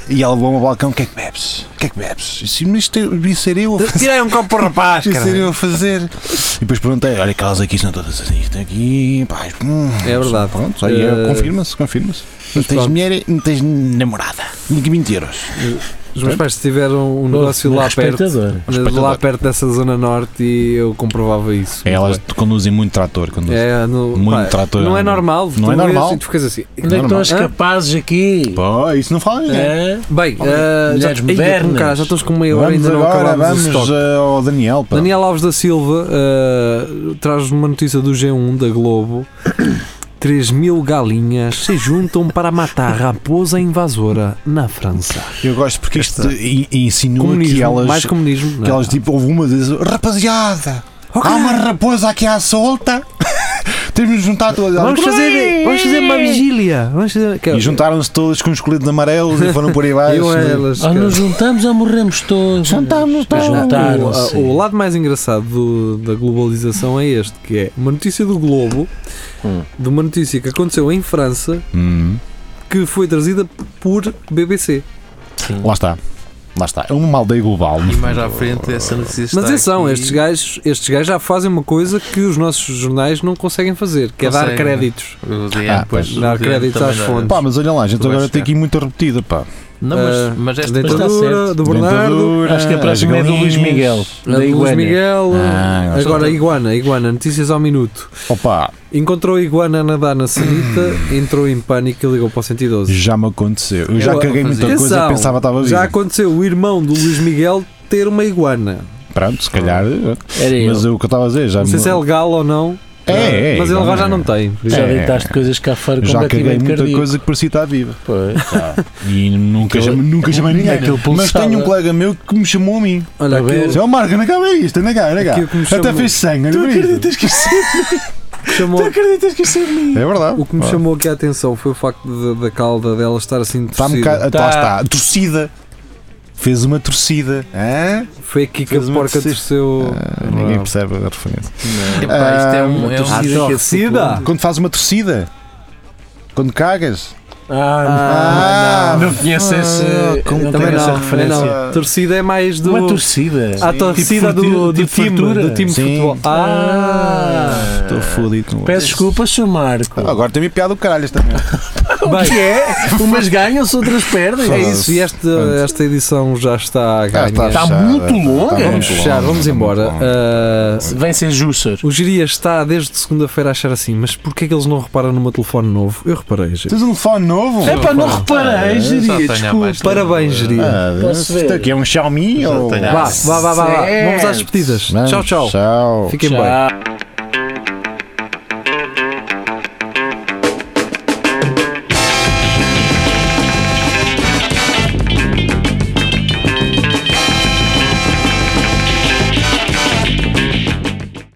Speaker 2: E ela levou-me ao balcão: O que é que bebes? O que é que bebes? E se isto é- isso era eu a
Speaker 4: Tirei um copo para o rapaz,
Speaker 2: que
Speaker 4: cara.
Speaker 2: seriam a fazer? E depois perguntei, olha, aquelas aqui são todas assim, isto aqui, pá, isto, hum,
Speaker 1: É verdade.
Speaker 2: Pronto, aí é,
Speaker 1: Eh,
Speaker 2: confirma-se, confirma-se. Não tens
Speaker 1: pronto.
Speaker 2: mulher, não tens namorada, nem que 20 euros.
Speaker 1: Os meus pais tiveram um negócio lá perto.
Speaker 5: Respeitador.
Speaker 1: Lá perto dessa zona norte e eu comprovava isso.
Speaker 2: É, Elas conduzem muito trator, conduzem.
Speaker 1: É, no-
Speaker 2: Muito
Speaker 1: pá,
Speaker 2: trator.
Speaker 1: Não é normal.
Speaker 2: Não
Speaker 1: tu
Speaker 2: é
Speaker 1: vês
Speaker 2: normal.
Speaker 1: E tu ficas assim.
Speaker 5: Onde é que estão
Speaker 2: Normal.
Speaker 5: as capazes aqui?
Speaker 2: Pô, isso não fala, é.
Speaker 5: É?
Speaker 1: Bem,
Speaker 5: Olha,
Speaker 1: ah, já,
Speaker 5: mulheres
Speaker 1: Ei,
Speaker 5: modernas.
Speaker 1: cara, já estamos com meia hora
Speaker 2: Vamos
Speaker 1: ainda não
Speaker 2: agora,
Speaker 1: acabámos o
Speaker 2: vamos
Speaker 1: estoque.
Speaker 2: eh, ao Daniel, pá.
Speaker 1: Daniel Alves da Silva ah, traz uma notícia do G1 da Globo. 3 mil galinhas se juntam para matar raposa invasora na França.
Speaker 2: Eu gosto porque isto i- insinua
Speaker 1: Comunismo,
Speaker 2: que elas,
Speaker 1: mais comunismo.
Speaker 2: que
Speaker 1: não. é?
Speaker 2: elas tipo, houve uma das rapaziada, há uma raposa aqui à solta, temos de juntar todas. Elas,
Speaker 1: Vamos fazer, vamos fazer uma vigília. Vamos fazer, é
Speaker 2: E juntaram-se todos com os coletes amarelos e foram por aí baixo.
Speaker 1: Eu a elas. é-
Speaker 5: Ou
Speaker 1: cara.
Speaker 5: Ah, nos juntamos ou morremos todos. Juntamos,
Speaker 1: O-
Speaker 5: Juntaram-se.
Speaker 1: o, lado mais engraçado do- da globalização é este, que é uma notícia do Globo,
Speaker 5: Hum.
Speaker 1: de uma notícia que aconteceu em França,
Speaker 2: Hum,
Speaker 1: que foi trazida por BBC.
Speaker 2: lá está. Lá está. É uma aldeia global.
Speaker 4: E mais à frente essa notícia está
Speaker 1: Mas atenção,
Speaker 4: aqui.
Speaker 1: estes gajos, estes gajos já fazem uma coisa que os nossos jornais não conseguem fazer, que é dar
Speaker 4: Conseguem,
Speaker 1: créditos.
Speaker 4: O DN,
Speaker 2: Ah,
Speaker 4: pois,
Speaker 1: pois. Dar
Speaker 4: o DN
Speaker 1: crédito
Speaker 4: também
Speaker 1: às
Speaker 4: não é.
Speaker 1: fontes.
Speaker 2: Pá, mas olha lá, a gente
Speaker 4: Tu vais
Speaker 2: agora tem aqui muita repetida, pá.
Speaker 4: Não,
Speaker 1: Ah,
Speaker 4: mas, mas
Speaker 1: A
Speaker 4: esta
Speaker 5: está
Speaker 1: ditadura
Speaker 5: certo.
Speaker 1: do Bernardo,
Speaker 2: Dentadura,
Speaker 5: Acho que a
Speaker 2: as
Speaker 5: próxima é do Luís
Speaker 2: galinhas.
Speaker 5: Miguel.
Speaker 1: a do
Speaker 5: Da
Speaker 1: Luís
Speaker 5: Iguana.
Speaker 1: Miguel.
Speaker 2: Ah, gosto
Speaker 1: agora, Iguana, Iguana, notícias ao minuto.
Speaker 2: Opa,
Speaker 1: Encontrou a Iguana a nadar na sanita, entrou em pânico e ligou para o 112.
Speaker 2: já me aconteceu. Eu já
Speaker 1: Eu-
Speaker 2: caguei muita coisa,
Speaker 1: Atenção,
Speaker 2: pensava estava
Speaker 1: Já
Speaker 2: vivo.
Speaker 1: aconteceu o irmão do Luís Miguel ter uma iguana.
Speaker 2: Pronto, se calhar. eh,
Speaker 5: Era eu.
Speaker 2: Mas eu, o que eu estava a dizer, já
Speaker 1: Não sei
Speaker 2: me-
Speaker 1: se é legal ou não,
Speaker 2: É, é,
Speaker 1: mas ele
Speaker 2: igual,
Speaker 1: agora já
Speaker 2: é.
Speaker 1: não tá tem. por isso.
Speaker 5: Já
Speaker 2: É.
Speaker 5: deitaste coisas cá fora com
Speaker 2: Já caguei
Speaker 5: batimento
Speaker 2: muita
Speaker 5: cardíaco.
Speaker 2: coisa que parecia estar viva.
Speaker 5: Pois.
Speaker 2: E nunca,
Speaker 5: Aquele-
Speaker 2: chamei- nunca chamei ninguém.
Speaker 5: aquele
Speaker 2: Mas
Speaker 5: pulsava.
Speaker 1: é?
Speaker 2: tenho um colega meu que me chamou a mim.
Speaker 1: Olha,
Speaker 5: Tá
Speaker 1: aquilo
Speaker 5: vendo?
Speaker 1: que
Speaker 2: Disse, oh, Marco, não acaba isto, anda cá, anda cá.
Speaker 1: Aquilo que me
Speaker 2: Até
Speaker 1: chamou-
Speaker 2: fez sangue,
Speaker 5: Tu
Speaker 2: olha para isto.
Speaker 5: acreditas que isso
Speaker 1: chamou-
Speaker 2: tá
Speaker 5: acreditas que isso é mim?
Speaker 2: É verdade.
Speaker 1: o que me
Speaker 2: Pá.
Speaker 1: chamou aqui a atenção foi o facto de- da calda dela estar assim
Speaker 2: Está um
Speaker 1: torcida.
Speaker 5: Tá.
Speaker 2: bocado. Lá está. Torcida. Fez uma torcida. Hã?
Speaker 1: Foi aqui que a
Speaker 2: Fez uma
Speaker 1: porca
Speaker 2: torcida.
Speaker 1: torceu.
Speaker 2: Ah, ninguém percebe a referência.
Speaker 4: Epá, isto é um, é um
Speaker 1: Ah, torcida!
Speaker 2: Quando faz uma torcida. Quando cagas.
Speaker 5: Ah, não. Não conheço essa,
Speaker 2: como
Speaker 5: não
Speaker 1: Também
Speaker 5: tenho essa
Speaker 1: não, também
Speaker 5: referência.
Speaker 1: não. Ah, Torcida é mais do.
Speaker 5: Uma torcida.
Speaker 1: A torcida
Speaker 5: Tipo fartura-
Speaker 1: do, do
Speaker 5: tipo
Speaker 1: time,
Speaker 5: fartura.
Speaker 1: do time de
Speaker 2: Sim.
Speaker 1: futebol. Ah!
Speaker 2: Estou fodido.
Speaker 5: Peço desculpa, Sr. Marco.
Speaker 2: Agora tem-me piada do caralho esta merda.
Speaker 1: Bem,
Speaker 5: é? Umas ganham-se, outras perdem.
Speaker 1: é isso, e esta, esta edição já está
Speaker 2: Ah,
Speaker 1: a
Speaker 2: tá.
Speaker 1: ganhar.
Speaker 5: Está muito longa. Muito
Speaker 1: Vamos fechar, vamos embora. Ah,
Speaker 5: Vem ser justo.
Speaker 1: O Giria está desde segunda-feira a achar assim, mas porquê é que eles não reparam no meu telefone novo? Eu reparei, Giria.
Speaker 2: Tens um telefone novo?
Speaker 5: É pá, não
Speaker 1: Ah,
Speaker 5: reparei,
Speaker 4: Só
Speaker 1: tá
Speaker 5: geria,
Speaker 4: tenho há
Speaker 5: desculpa.
Speaker 4: mais
Speaker 1: Parabéns,
Speaker 4: tempo.
Speaker 1: Giria.
Speaker 2: Ah,
Speaker 5: Posso ver?
Speaker 2: isto aqui é um Xiaomi ou.
Speaker 4: tenho.
Speaker 1: Vá, vá, vá, vá, vá.
Speaker 5: certo.
Speaker 1: Vamos às despedidas.
Speaker 2: Vamos,
Speaker 1: Tchau, tchau.
Speaker 2: Tchau.
Speaker 1: Fiquem bem.
Speaker 5: Tchau.